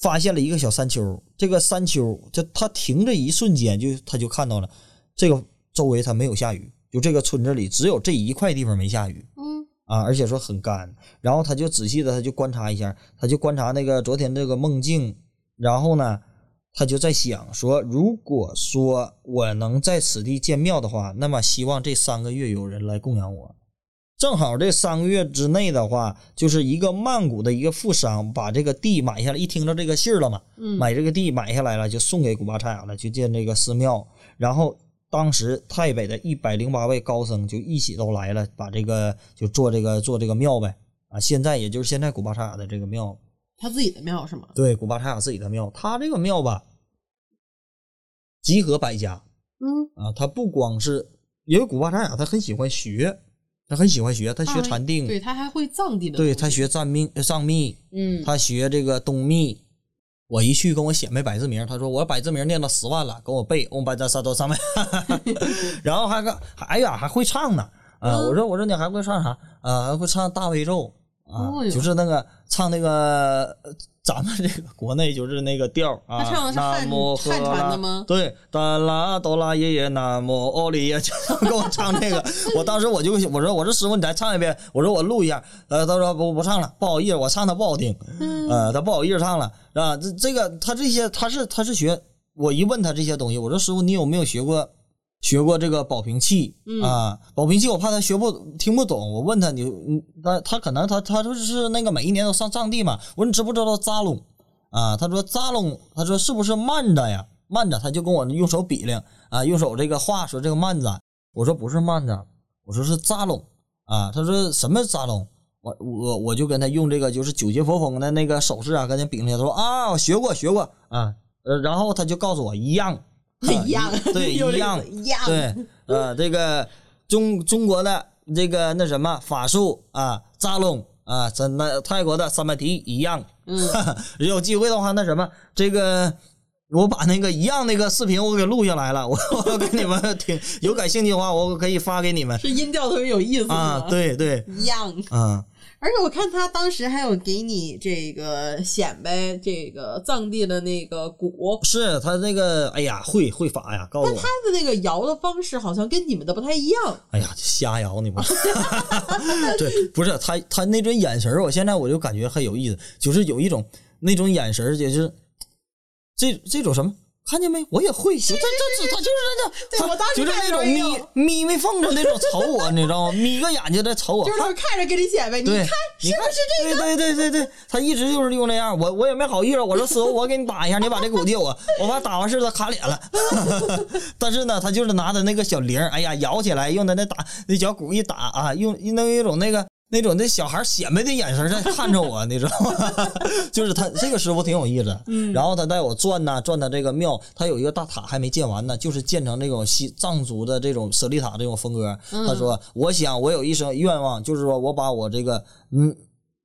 [SPEAKER 4] 发现了一个小山丘。这个山丘，就他停这一瞬间就他就看到了，这个周围他没有下雨，就这个村子里只有这一块地方没下雨
[SPEAKER 3] 嗯
[SPEAKER 4] 啊，而且说很干。然后他就仔细的他就观察一下，他就观察那个昨天这个梦境，然后呢。他就在想说，如果说我能在此地建庙的话，那么希望这三个月有人来供养我。正好这三个月之内的话，就是一个曼谷的一个富商把这个地买下来，一听到这个信儿了嘛，
[SPEAKER 3] 嗯，
[SPEAKER 4] 买这个地买下来了，就送给古巴查雅了，就建这个寺庙。然后当时泰北的一百零八位高僧就一起都来了，把这个就做这个做这个庙呗。啊，现在也就是现在古巴查雅的这个庙，
[SPEAKER 3] 他自己的庙是吗？
[SPEAKER 4] 对，古巴查雅自己的庙，他这个庙吧，集合百家，
[SPEAKER 3] 嗯，
[SPEAKER 4] 啊，他不光是因为古巴查雅，他很喜欢学，他很喜欢学，他学禅定，
[SPEAKER 3] 啊对他还会藏地的东
[SPEAKER 4] 对
[SPEAKER 3] 西，
[SPEAKER 4] 他学藏密藏密，
[SPEAKER 3] 嗯
[SPEAKER 4] 他学这个东密。我一去跟我姐妹摆字名，她说我把字名念到十万了，跟我背嗡班扎沙多 上面， 然后还个哎呀还会唱呢啊！
[SPEAKER 3] 嗯
[SPEAKER 4] 我说我说你还会唱啥啊？还会唱大悲咒啊
[SPEAKER 3] 哦，哟
[SPEAKER 4] 就是那个唱那个呃咱们这个国内就是那个调儿啊，
[SPEAKER 3] 他唱的是汉
[SPEAKER 4] 南无
[SPEAKER 3] 汉
[SPEAKER 4] 喝
[SPEAKER 3] 传的
[SPEAKER 4] 啦
[SPEAKER 3] 吗
[SPEAKER 4] 对，达拉哆啦耶耶南无奥利耶， 就给我唱这个。我当时我就我说我说师傅你再唱一遍，我说我录一下。呃，他说不不唱了，不好意思，我唱的不好听。
[SPEAKER 3] 嗯
[SPEAKER 4] 呃，他不好意思唱了，是吧？这这个他这些他是他是学，我一问他这些东西，我说师傅你有没有学过学过这个保平器、啊？保平器我怕他学不听不懂，我问他你你他他可能他他就是那个每一年都上藏地嘛，我说你知不知道扎拢啊？他说扎拢，他说是不是慢着呀？慢着，他就跟我用手比量啊，用手这个画说这个慢着，我说不是慢着，我说是扎拢啊，他说什么扎拢？我我我就跟他用这个就是九节佛风的那个手势啊，跟他比了一下，他说啊，我学过学过啊，呃，然后他就告诉我一样，
[SPEAKER 3] 一样
[SPEAKER 4] 对
[SPEAKER 3] 又是
[SPEAKER 4] 一样
[SPEAKER 3] 一样，
[SPEAKER 4] 对，呃，这个中中国的这个那什么法术啊，扎拢啊，咱那泰国的三百提一样。
[SPEAKER 3] 嗯
[SPEAKER 4] 有机会的话，那什么，这个我把那个一样那个视频我给录下来了，我我给你们 听，有感兴趣的话，我可以发给你们
[SPEAKER 3] 是音调特别有意思
[SPEAKER 4] 啊。
[SPEAKER 3] 是吧，
[SPEAKER 4] 对对，
[SPEAKER 3] 一样。
[SPEAKER 4] 啊，
[SPEAKER 3] 而且我看他当时还有给你这个显摆这个藏地的那个鼓，
[SPEAKER 4] 是他那个，哎呀，会会法呀，告诉我，
[SPEAKER 3] 他的那个摇的方式好像跟你们的不太一样。
[SPEAKER 4] 哎呀，瞎摇你 不是？ 对，不是他他那种眼神儿我现在我就感觉很有意思，就是有一种那种眼神儿，就是这这种什么看见没？我也会，就这这这，他就是
[SPEAKER 3] 对
[SPEAKER 4] 那
[SPEAKER 3] 我
[SPEAKER 4] 种，
[SPEAKER 3] 当时
[SPEAKER 4] 就是
[SPEAKER 3] 看
[SPEAKER 4] 那
[SPEAKER 3] 着
[SPEAKER 4] 种
[SPEAKER 3] 我也
[SPEAKER 4] 眯
[SPEAKER 3] 有
[SPEAKER 4] 眯眯缝着那种瞅我，你知道吗？眯个眼睛在瞅我，
[SPEAKER 3] 就是他看着给你显摆，你
[SPEAKER 4] 对，
[SPEAKER 3] 看是不是这
[SPEAKER 4] 个？对对对对对，他一直就是用那样，我我也没好意思，我说师 傅，我给你打一下，你把这 给我借我，我怕打完事儿他卡脸了。 但是呢，他就是拿着那个小铃儿，哎呀，摇起来，用他那打那脚骨一打啊，用弄一种那个。那种那小孩显摆的眼神在看着我，你知道吗？ 就是他这个师傅挺有意思，嗯，然后他带我转呐、转他这个庙，他有一个大塔还没建完呢，就是建成这种西藏族的这种舍利塔这种风格。他说：“我想我有一生愿望，就是说我把我这个嗯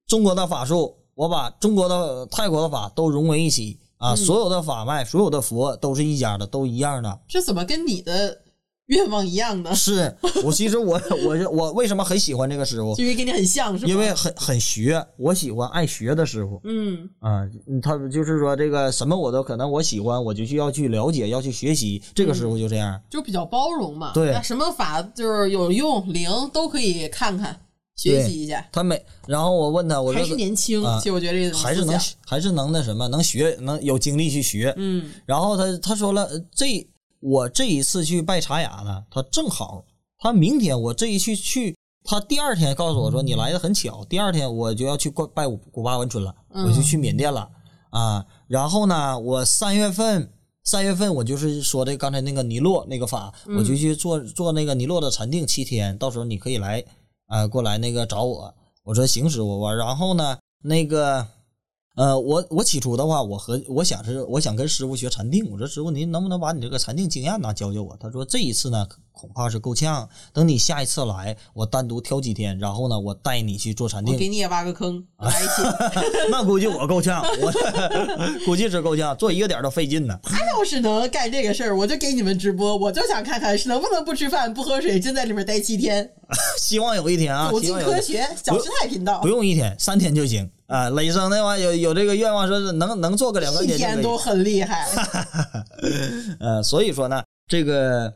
[SPEAKER 4] 中国的法术，我把中国的、泰国的法都融为一体啊，所有的法脉、所有的佛都是一家的，都一样的。
[SPEAKER 3] 这怎么跟你的愿望一样呢？
[SPEAKER 4] 是我其实我我我为什么很喜欢这个师傅？
[SPEAKER 3] 因为跟你很像是吧？
[SPEAKER 4] 因为很很学，我喜欢爱学的师傅
[SPEAKER 3] 嗯
[SPEAKER 4] 啊。嗯他就是说这个什么我都可能我喜欢，我就需要去了解，要去学习。这个师傅就这样，
[SPEAKER 3] 就比较包容嘛。
[SPEAKER 4] 对
[SPEAKER 3] 那什么法就是有用灵都可以看看学习一下，
[SPEAKER 4] 他每然后我问他，我
[SPEAKER 3] 还
[SPEAKER 4] 说
[SPEAKER 3] 是年轻，
[SPEAKER 4] 啊
[SPEAKER 3] 其实我觉得这种
[SPEAKER 4] 还是
[SPEAKER 3] 思
[SPEAKER 4] 能
[SPEAKER 3] 想
[SPEAKER 4] 还是能那什么，能学，能有精力去学。
[SPEAKER 3] 嗯
[SPEAKER 4] 然后他他说了，呃这我这一次去拜茶雅呢，他正好，他明天我这一去去，他第二天告诉我说你来的很巧，第二天我就要去过拜古古巴文春了，
[SPEAKER 3] 嗯
[SPEAKER 4] 我就去缅甸了啊。然后呢，我三月份三月份我就是说的刚才那个尼洛那个法，我就去做做那个尼洛的禅定七天，到时候你可以来啊、呃过来那个找我。我说行，师傅，我然后呢那个。呃，我我起初的话，我和我想是我想跟师傅学禅定，我说师傅您能不能把你这个禅定经验呢教教我？他说这一次呢恐怕是够呛，等你下一次来，我单独挑几天，然后呢我带你去做禅
[SPEAKER 3] 我给
[SPEAKER 4] 定。
[SPEAKER 3] 你也挖个坑，来一起。
[SPEAKER 4] 那估计我够呛，我 估计是够呛，做一个点儿都费劲呢。
[SPEAKER 3] 他要是能干这个事儿，我就给你们直播，我就想看看是能不能不吃饭不喝水，真在里面待七天，
[SPEAKER 4] 希望有一天啊，
[SPEAKER 3] 走
[SPEAKER 4] 希
[SPEAKER 3] 进
[SPEAKER 4] 望有一
[SPEAKER 3] 科
[SPEAKER 4] 天
[SPEAKER 3] 学小师太频道
[SPEAKER 4] 不，用一天，三天就行啊。雷声那玩意儿有有这个愿望，说是能能做个两三
[SPEAKER 3] 一
[SPEAKER 4] 天就可
[SPEAKER 3] 天
[SPEAKER 4] 以
[SPEAKER 3] 都很厉害。
[SPEAKER 4] 呃，所以说呢，这个，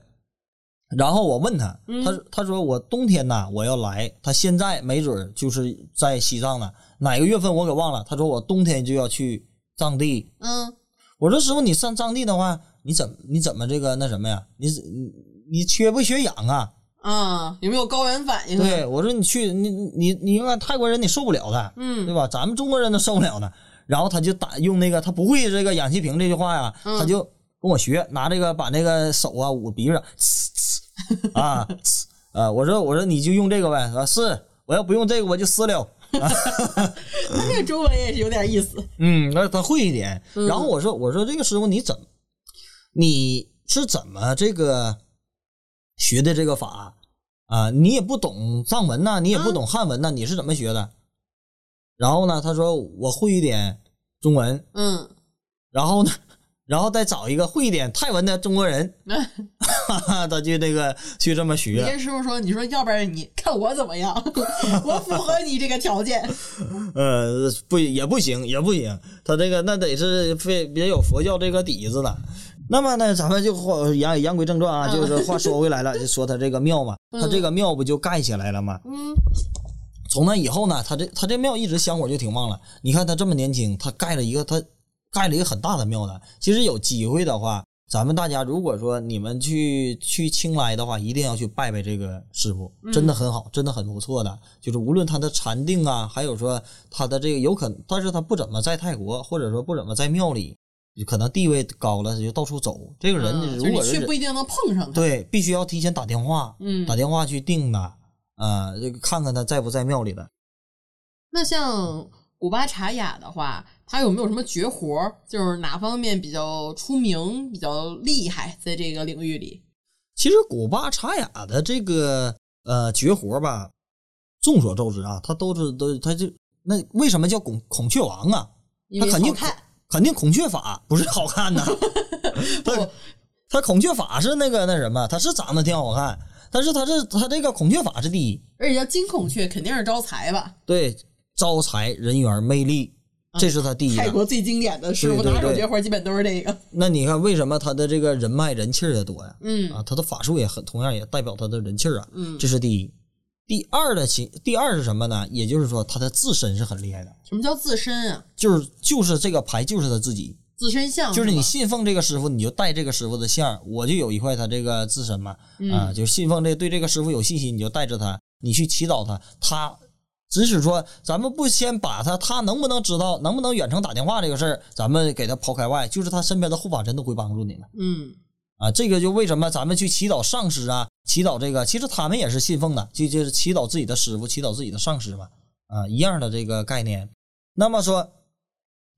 [SPEAKER 4] 然后我问他，他他说我冬天呐我要来，他现在没准儿就是在西藏呢，哪个月份我给忘了。他说我冬天就要去藏地，
[SPEAKER 3] 嗯，
[SPEAKER 4] 我说师傅，你上藏地的话，你怎么你怎么这个那什么呀？你你你缺不缺氧啊？
[SPEAKER 3] 啊，有没有高原反应？啊
[SPEAKER 4] 对，，我说你去你你你应该泰国人你受不了的，
[SPEAKER 3] 嗯
[SPEAKER 4] 对吧？咱们中国人都受不了的。然后他就打用那个他不会这个氧气瓶这句话呀，
[SPEAKER 3] 嗯
[SPEAKER 4] 他就跟我学，拿这个把那个手啊捂鼻子呲呲啊呲啊，我说我说你就用这个呗，啊是，我要不用这个我就私了。
[SPEAKER 3] 他这个中文也是有点意思。
[SPEAKER 4] 嗯，那他会一点。然后我说我说这个师傅你怎么你是怎么这个学的这个法啊？你也不懂藏文呐、你也不懂汉文呐、你是怎么学的？然后呢，他说我会一点中文，
[SPEAKER 3] 嗯，
[SPEAKER 4] 然后呢，然后再找一个会一点泰文的中国人，哈哈， 他就那个去这么
[SPEAKER 3] 你
[SPEAKER 4] 学。
[SPEAKER 3] 跟师傅说，你说要不然你看我怎么 样，我符合你这个条件。
[SPEAKER 4] 呃，不也不行，也不行，他这个那得是非别有佛教这个底子了。那么呢，咱们就话言言归正传啊，
[SPEAKER 3] 嗯
[SPEAKER 4] 就是话说回来了，就说他这个庙嘛，他这个庙不就盖起来了吗？
[SPEAKER 3] 嗯，
[SPEAKER 4] 从那以后呢，他这他这庙一直香火就挺旺了。你看他这么年轻，他盖了一个他盖了一个很大的庙呢。其实有机会的话，咱们大家如果说你们去去青莱的话，一定要去拜拜这个师傅，真
[SPEAKER 3] 嗯
[SPEAKER 4] 的很好，真的很不错的。就是无论他的禅定啊，还有说他的这个有可能，但是他不怎么在泰国，或者说不怎么在庙里，可能地位高了就到处走。这个人
[SPEAKER 3] 嗯就
[SPEAKER 4] 如
[SPEAKER 3] 是
[SPEAKER 4] 果
[SPEAKER 3] 你
[SPEAKER 4] 是
[SPEAKER 3] 去不一定能碰上他。
[SPEAKER 4] 对，必须要提前打电话，
[SPEAKER 3] 嗯
[SPEAKER 4] 打电话去定的，啊、这个看看他在不在庙里的。
[SPEAKER 3] 那像古巴茶雅的话，它有没有什么绝活儿？就是哪方面比较出名、比较厉害，在这个领域里？
[SPEAKER 4] 其实古巴茶雅的这个呃绝活吧，众所周知啊，他都是都他就那为什么叫孔孔雀王啊？
[SPEAKER 3] 因
[SPEAKER 4] 他
[SPEAKER 3] 为
[SPEAKER 4] 肯定
[SPEAKER 3] 好看，
[SPEAKER 4] 肯定孔雀法不是好看 呐、他他孔雀法是那个那什么，他是长得挺好看，但是他是他这个孔雀法是第一，
[SPEAKER 3] 而且叫金孔雀，肯定是招财吧？
[SPEAKER 4] 对，招财人缘魅力，这是他第一、
[SPEAKER 3] 泰国最经典的师傅
[SPEAKER 4] 对对
[SPEAKER 3] 拿手
[SPEAKER 4] 对
[SPEAKER 3] 绝活，基本都是这个。
[SPEAKER 4] 那你看为什么他的这个人脉人气儿也多呀、
[SPEAKER 3] 嗯
[SPEAKER 4] 啊，他的法术也很同样也代表他的人气儿啊，
[SPEAKER 3] 嗯
[SPEAKER 4] 这是第一。第二的其第二是什么呢？也就是说他的自身是很厉害的，
[SPEAKER 3] 什么叫自身啊？
[SPEAKER 4] 就是就是这个牌就是他自己，
[SPEAKER 3] 自身像
[SPEAKER 4] 就是
[SPEAKER 3] 哦吧
[SPEAKER 4] 你信奉这个师傅，你就带这个师傅的相儿。我就有一块他这个自身嘛，啊，
[SPEAKER 3] 嗯
[SPEAKER 4] 就是信奉这对这个师傅有信心，你就带着他，你去祈祷他，他。只是说，咱们不先把他，他能不能知道，能不能远程打电话这个事儿，咱们给他抛开外，就是他身边的护法神都会帮助你了
[SPEAKER 3] 嗯
[SPEAKER 4] 啊。这个就为什么咱们去祈祷上师啊，祈祷这个，其实他们也是信奉的，就就是祈祷自己的师傅，祈祷自己的上师嘛，啊，一样的这个概念。那么说，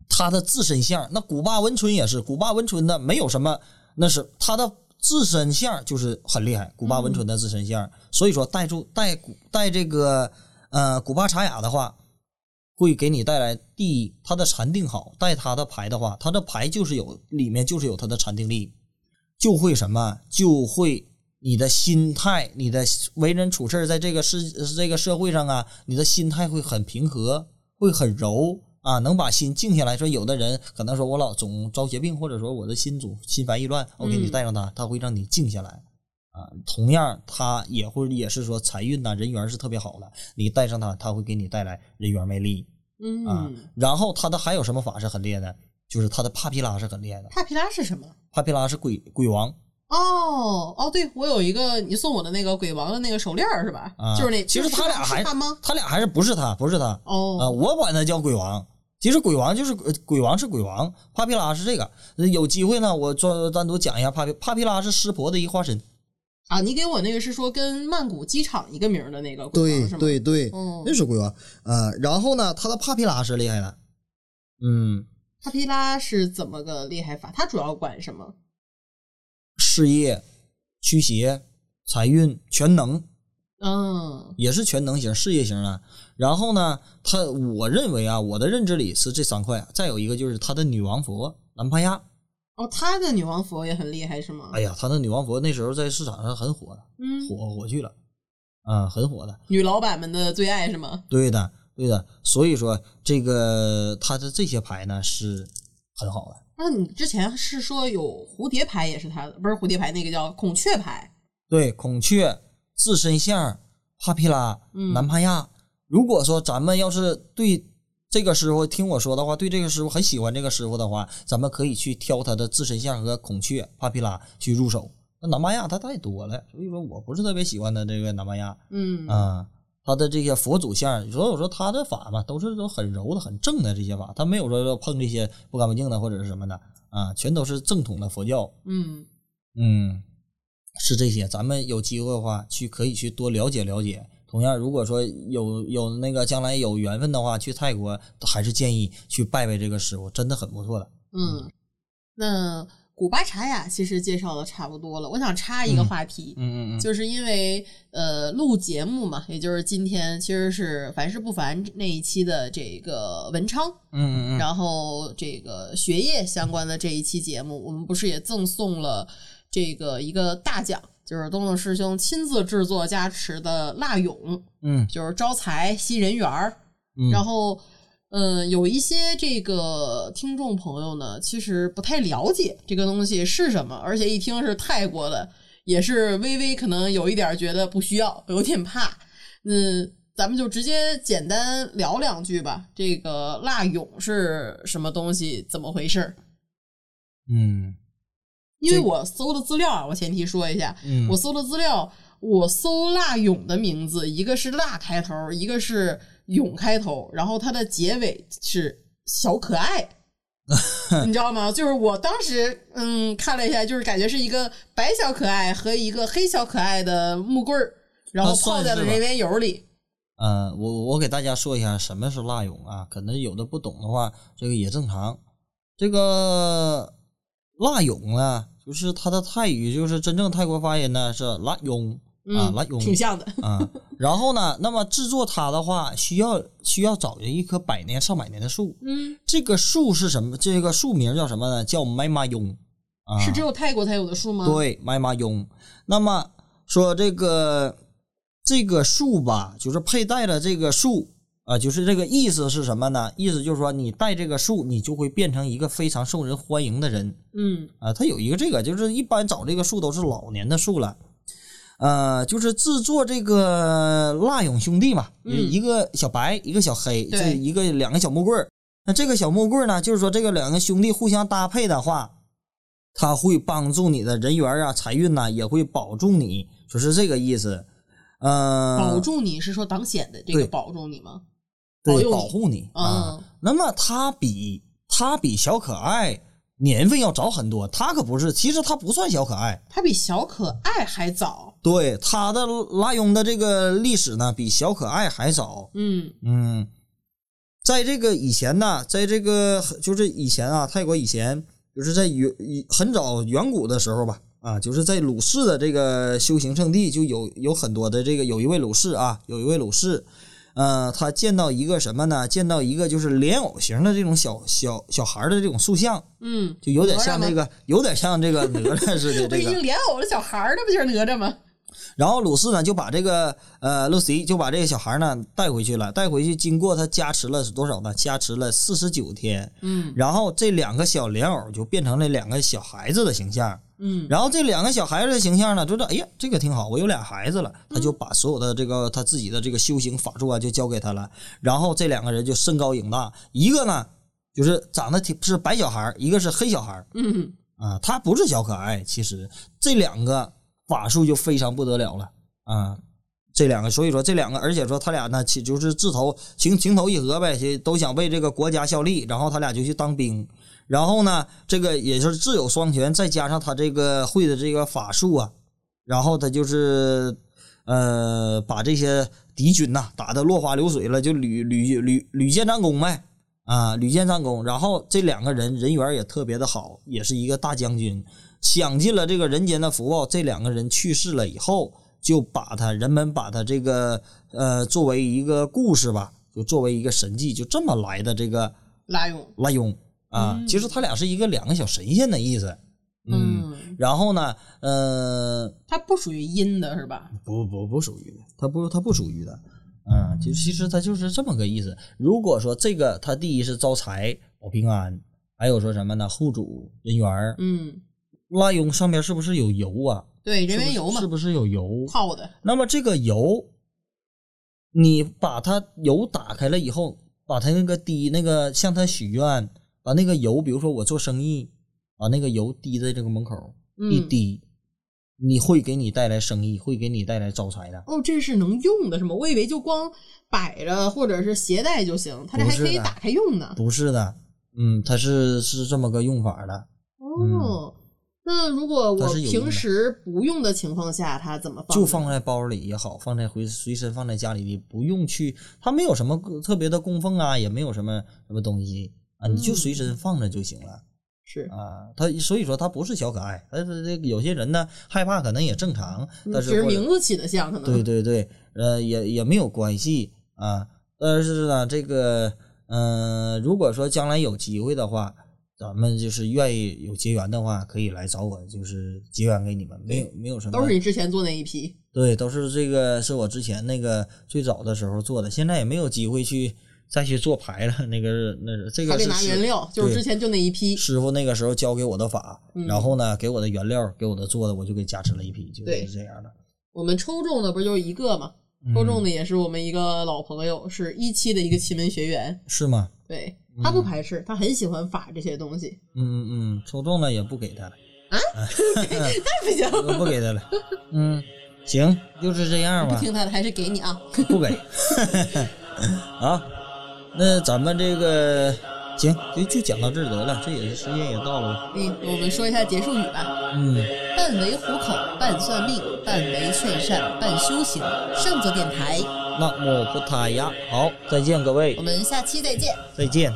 [SPEAKER 4] 他的自身相，那古巴文春也是，古巴文春呢没有什么，那是他的自身相就是很厉害，古巴文春的自身相，所以说带住带古带这个呃古巴茶雅的话，会给你带来第一，他的禅定好，带他的牌的话，他的牌就是有里面就是有他的禅定力，就会什么就会。你的心态，你的为人处事，在这个世这个社会上啊，你的心态会很平和，会很柔啊，能把心静下来。说有的人可能说我老总招邪病，或者说我的心主心烦意乱，我给你
[SPEAKER 3] 嗯
[SPEAKER 4] 带上他，他会让你静下来啊。同样，他也会也是说财运呐、人缘是特别好的，你带上他，他会给你带来人缘魅力啊。
[SPEAKER 3] 嗯，
[SPEAKER 4] 然后他的还有什么法是很厉害的？就是他的帕皮拉是很厉害的，
[SPEAKER 3] 帕皮拉是什么？
[SPEAKER 4] 帕皮拉是鬼鬼王，
[SPEAKER 3] 哦哦，对我有一个你送我的那个鬼王的那个手链儿是吧？
[SPEAKER 4] 啊，
[SPEAKER 3] 就是那，
[SPEAKER 4] 其实
[SPEAKER 3] 是
[SPEAKER 4] 他俩
[SPEAKER 3] 是
[SPEAKER 4] 还
[SPEAKER 3] 他吗？
[SPEAKER 4] 他俩还是不是他，不是他啊、
[SPEAKER 3] 哦，
[SPEAKER 4] 我管他叫鬼王。其实鬼王就是呃鬼王是鬼王，帕皮拉是这个。呃有机会呢，我专单独讲一下帕皮帕皮拉是湿婆的一化身。
[SPEAKER 3] 啊，你给我那个是说跟曼谷机场一个名儿的那个鬼王
[SPEAKER 4] 对
[SPEAKER 3] 是吗？
[SPEAKER 4] 对对，
[SPEAKER 3] 哦
[SPEAKER 4] 那是鬼王。呃，然后呢，他的帕皮拉是厉害了。嗯，
[SPEAKER 3] 帕皮拉是怎么个厉害法？他主要管什么？
[SPEAKER 4] 事业、驱邪、财运、全能，
[SPEAKER 3] 嗯
[SPEAKER 4] 也是全能型、事业型啊。然后呢，他我认为啊，我的认知里是这三块。啊再有一个就是他的女王佛南帕亚。
[SPEAKER 3] 哦，他的女王佛也很厉害是吗？
[SPEAKER 4] 哎呀，他的女王佛那时候在市场上很火的，
[SPEAKER 3] 嗯，
[SPEAKER 4] 火火去了，啊，很火的，
[SPEAKER 3] 女老板们的最爱是吗？
[SPEAKER 4] 对的，对的。所以说，这个他的这些牌呢是很好的，
[SPEAKER 3] 那你之前是说有蝴蝶牌也是他的，不是蝴蝶牌，那个叫孔雀牌。
[SPEAKER 4] 对，孔雀、自身像、帕皮拉、
[SPEAKER 3] 嗯
[SPEAKER 4] 南帕亚。如果说咱们要是对这个师傅听我说的话，对这个师傅很喜欢这个师傅的话，咱们可以去挑他的自身像和孔雀、帕皮拉去入手。那南帕亚他太多了，所以说我不是特别喜欢他这个南帕亚。
[SPEAKER 3] 嗯
[SPEAKER 4] 啊，他的这些佛祖像，所以我说他的法嘛，都是都很柔的、很正的这些法，他没有说要碰这些不干不净的或者是什么的啊，全都是正统的佛教。
[SPEAKER 3] 嗯，
[SPEAKER 4] 嗯，是这些，咱们有机会的话去可以去多了解了解。同样，如果说有有那个将来有缘分的话，去泰国还是建议去拜拜这个师傅，真的很不错的。
[SPEAKER 3] 嗯，那古巴茶雅其实介绍的差不多了，我想插一个话题，
[SPEAKER 4] 嗯嗯
[SPEAKER 3] 就是因为呃录节目嘛，也就是今天其实是《凡事不凡》那一期的这个文昌，
[SPEAKER 4] 嗯嗯嗯
[SPEAKER 3] 然后这个学业相关的这一期节目，我们不是也赠送了这个一个大奖，就是东东师兄亲自制作加持的蜡俑，
[SPEAKER 4] 嗯
[SPEAKER 3] 就是招财吸人缘儿。
[SPEAKER 4] 嗯，
[SPEAKER 3] 然后，嗯，有一些这个听众朋友呢，其实不太了解这个东西是什么，而且一听是泰国的，也是微微可能有一点觉得不需要，有点怕。嗯，咱们就直接简单聊两句吧。这个蜡俑是什么东西？怎么回事儿？
[SPEAKER 4] 嗯
[SPEAKER 3] 因为
[SPEAKER 4] 这
[SPEAKER 3] 我搜的资料啊，我前提说一下，
[SPEAKER 4] 嗯，
[SPEAKER 3] 我搜的资料，我搜蜡俑的名字，一个是蜡开头，一个是俑开头，然后它的结尾是小可 爱，你知道吗？就是我当时嗯看了一下，就是感觉是一个白小可爱和一个黑小可爱的木棍儿，然后
[SPEAKER 4] 啊
[SPEAKER 3] 泡
[SPEAKER 4] 算是
[SPEAKER 3] 在了
[SPEAKER 4] 吧
[SPEAKER 3] 人员油里。
[SPEAKER 4] 呃，我我给大家说一下什么是蜡俑啊，可能有的不懂的话，这个也正常。这个蜡俑呢，就是它的泰语，就是真正泰国发音呢是蜡俑啊，
[SPEAKER 3] 嗯
[SPEAKER 4] 蜡，俑
[SPEAKER 3] 挺像的。
[SPEAKER 4] 啊。然后呢，那么制作它的话，需要需要找一棵百年上百年的树。
[SPEAKER 3] 嗯，
[SPEAKER 4] 这个树是什么？这个树名叫什么呢？叫麦麻俑啊，
[SPEAKER 3] 是只有泰国才有的树吗？，
[SPEAKER 4] 对，麦麻庸。那么说这个这个树吧，就是佩戴了这个树啊、就是这个意思是什么呢？意思就是说，你戴这个树，你就会变成一个非常受人欢迎的人
[SPEAKER 3] 嗯
[SPEAKER 4] 啊、它有一个这个，就是一般找这个树都是老年的树了。呃，就是制作这个蜡俑兄弟嘛，
[SPEAKER 3] 嗯
[SPEAKER 4] 一个小白，一个小黑，
[SPEAKER 3] 对
[SPEAKER 4] 这一个两个小木棍儿。那这个小木棍儿呢，就是说这个两个兄弟互相搭配的话，它会帮助你的人缘啊、财运呐、也会保住你，就是这个意思。嗯、
[SPEAKER 3] 保住你是说挡险的这个
[SPEAKER 4] 对
[SPEAKER 3] 保住你吗？保
[SPEAKER 4] 对
[SPEAKER 3] 佑你
[SPEAKER 4] 保护你啊。
[SPEAKER 3] 嗯
[SPEAKER 4] 那么他比他比小可爱年份要早很多，他可不是，其实他不算小可爱。
[SPEAKER 3] 它比小可爱还早。
[SPEAKER 4] 对他的拉佣的这个历史呢，比小可爱还早。
[SPEAKER 3] 嗯
[SPEAKER 4] 嗯，在这个以前呢，在这个就是以前啊，泰国以前就是在远以很早远古的时候吧，啊，就是在鲁氏的这个修行圣地就有有很多的这个有一位鲁氏啊，有一位鲁氏，呃，他见到一个什么呢？见到一个就是莲藕型的这种小小小孩儿的这种塑像，
[SPEAKER 3] 嗯，
[SPEAKER 4] 就有点
[SPEAKER 3] 哪吒
[SPEAKER 4] 像
[SPEAKER 3] 吗
[SPEAKER 4] 那个，有点像这个哪吒似的
[SPEAKER 3] 不
[SPEAKER 4] 这
[SPEAKER 3] 已
[SPEAKER 4] 个
[SPEAKER 3] 经。莲藕了小孩儿，那不就是哪吒吗？
[SPEAKER 4] 然后鲁氏呢就把这个呃露西就把这个小孩呢带回去了，带回去经过他加持了多少呢？加持了四十九天。
[SPEAKER 3] 嗯
[SPEAKER 4] 然后这两个小莲藕就变成了两个小孩子的形象。
[SPEAKER 3] 嗯
[SPEAKER 4] 然后这两个小孩子的形象呢，觉得哎呀这个挺好，我有俩孩子了，他就把所有的这个他自己的这个修行法术啊就交给他了。然后这两个人就身高影大，一个呢就是长得挺是白小孩，一个是黑小孩。
[SPEAKER 3] 嗯，
[SPEAKER 4] 啊，他不是小可爱，其实这两个法术就非常不得了了啊。这两个，所以说这两个，而且说他俩呢，其就是志投情情投意合呗，其实都想为这个国家效力，然后他俩就去当兵，然后呢，这个也是智友双全，再加上他这个会的这个法术啊，然后他就是呃，把这些敌军呐、打得落花流水了，就屡屡屡屡建战功呗，啊，屡建战功。然后这两个人人缘也特别的好，也是一个大将军，享尽了这个人间的福报。这两个人去世了以后，就把他人们把他这个呃作为一个故事吧，就作为一个神迹，就这么来的这个
[SPEAKER 3] 拉拢。
[SPEAKER 4] 拉佣啊。
[SPEAKER 3] 嗯
[SPEAKER 4] 其实他俩是一个两个小神仙的意思，嗯。
[SPEAKER 3] 嗯，
[SPEAKER 4] 然后呢，呃，
[SPEAKER 3] 它不属于阴的是吧？
[SPEAKER 4] 不不不属于的，它不它不属于的，嗯，就其实它就是这么个意思。如果说这个，它第一是招财保平安，还有说什么呢？护主人缘儿。
[SPEAKER 3] 嗯，
[SPEAKER 4] 拉佣上面是不是有油啊？
[SPEAKER 3] 对，
[SPEAKER 4] 是
[SPEAKER 3] 人
[SPEAKER 4] 不是
[SPEAKER 3] 为油嘛
[SPEAKER 4] 是，不是有油？
[SPEAKER 3] 泡的。
[SPEAKER 4] 那么这个油，你把它油打开了以后，把它那个滴那个向它许愿，把那个油，比如说我做生意，把那个油滴在这个门口一
[SPEAKER 3] 嗯，
[SPEAKER 4] 滴，你会给你带来生意，会给你带来招财的。
[SPEAKER 3] 哦，这是能用的是吗？我以为就光摆着或者是携带就行，它这
[SPEAKER 4] 不
[SPEAKER 3] 还
[SPEAKER 4] 是
[SPEAKER 3] 可以
[SPEAKER 4] 的
[SPEAKER 3] 打开用呢。
[SPEAKER 4] 不是的，嗯，它是是这么个用法的。
[SPEAKER 3] 哦，那如果
[SPEAKER 4] 嗯它
[SPEAKER 3] 我
[SPEAKER 4] 是有用
[SPEAKER 3] 平
[SPEAKER 4] 的
[SPEAKER 3] 时不用的情况下，它怎么放呢？
[SPEAKER 4] 就放在包里也好，放在回随身放在家里的，不用去，它没有什么特别的供奉啊，也没有什么什么东西啊，你就
[SPEAKER 3] 嗯
[SPEAKER 4] 随身放着就行了、
[SPEAKER 3] 是
[SPEAKER 4] 啊。它所以说它不是小可爱，但是这个有些人呢害怕可能也正常，
[SPEAKER 3] 嗯
[SPEAKER 4] 但
[SPEAKER 3] 只
[SPEAKER 4] 是
[SPEAKER 3] 是
[SPEAKER 4] 或者
[SPEAKER 3] 名字起的像，可能
[SPEAKER 4] 对对对，呃，也也没有关系啊。但是呢，这个，嗯，如果说将来有机会的话，咱们就是愿意有结缘的话，可以来找我，就是结缘给你们，没有没有什么，
[SPEAKER 3] 都是你之前做那一批。
[SPEAKER 4] 对，都是这个是我之前那个最早的时候做的，现在也没有机会去再去做牌了。那个那是这
[SPEAKER 3] 还
[SPEAKER 4] 个
[SPEAKER 3] 得
[SPEAKER 4] 是
[SPEAKER 3] 拿
[SPEAKER 4] 师
[SPEAKER 3] 原料，就是
[SPEAKER 4] 对
[SPEAKER 3] 之前就那一批。
[SPEAKER 4] 师傅那个时候教给我的法，
[SPEAKER 3] 嗯
[SPEAKER 4] 然后呢给我的原料给我的做的，我就给加持了一批，就
[SPEAKER 3] 对
[SPEAKER 4] 是这样的。
[SPEAKER 3] 我们抽中的不是就一个嘛？抽中
[SPEAKER 4] 嗯
[SPEAKER 3] 的也是我们一个老朋友，是一期的一个奇门学员。
[SPEAKER 4] 嗯是吗？
[SPEAKER 3] 对他不排斥，他很喜欢法这些东西。
[SPEAKER 4] 嗯嗯嗯，抽中了也不给他了，
[SPEAKER 3] 那不行，
[SPEAKER 4] 我不给 他了。嗯，行，就是这样
[SPEAKER 3] 不
[SPEAKER 4] 吧，
[SPEAKER 3] 听他的，还是给你啊。
[SPEAKER 4] 不 给。啊，那咱们这个行，就就讲到这儿得了，这也是时间也到了。
[SPEAKER 3] 嗯，我们说一下结束语吧。
[SPEAKER 4] 嗯。
[SPEAKER 3] 半为虎口，半算命，半为劝善，半修行。上座电台，
[SPEAKER 4] 那么不塔呀，好，再见各位
[SPEAKER 3] 我，们下期再见。
[SPEAKER 4] 再见。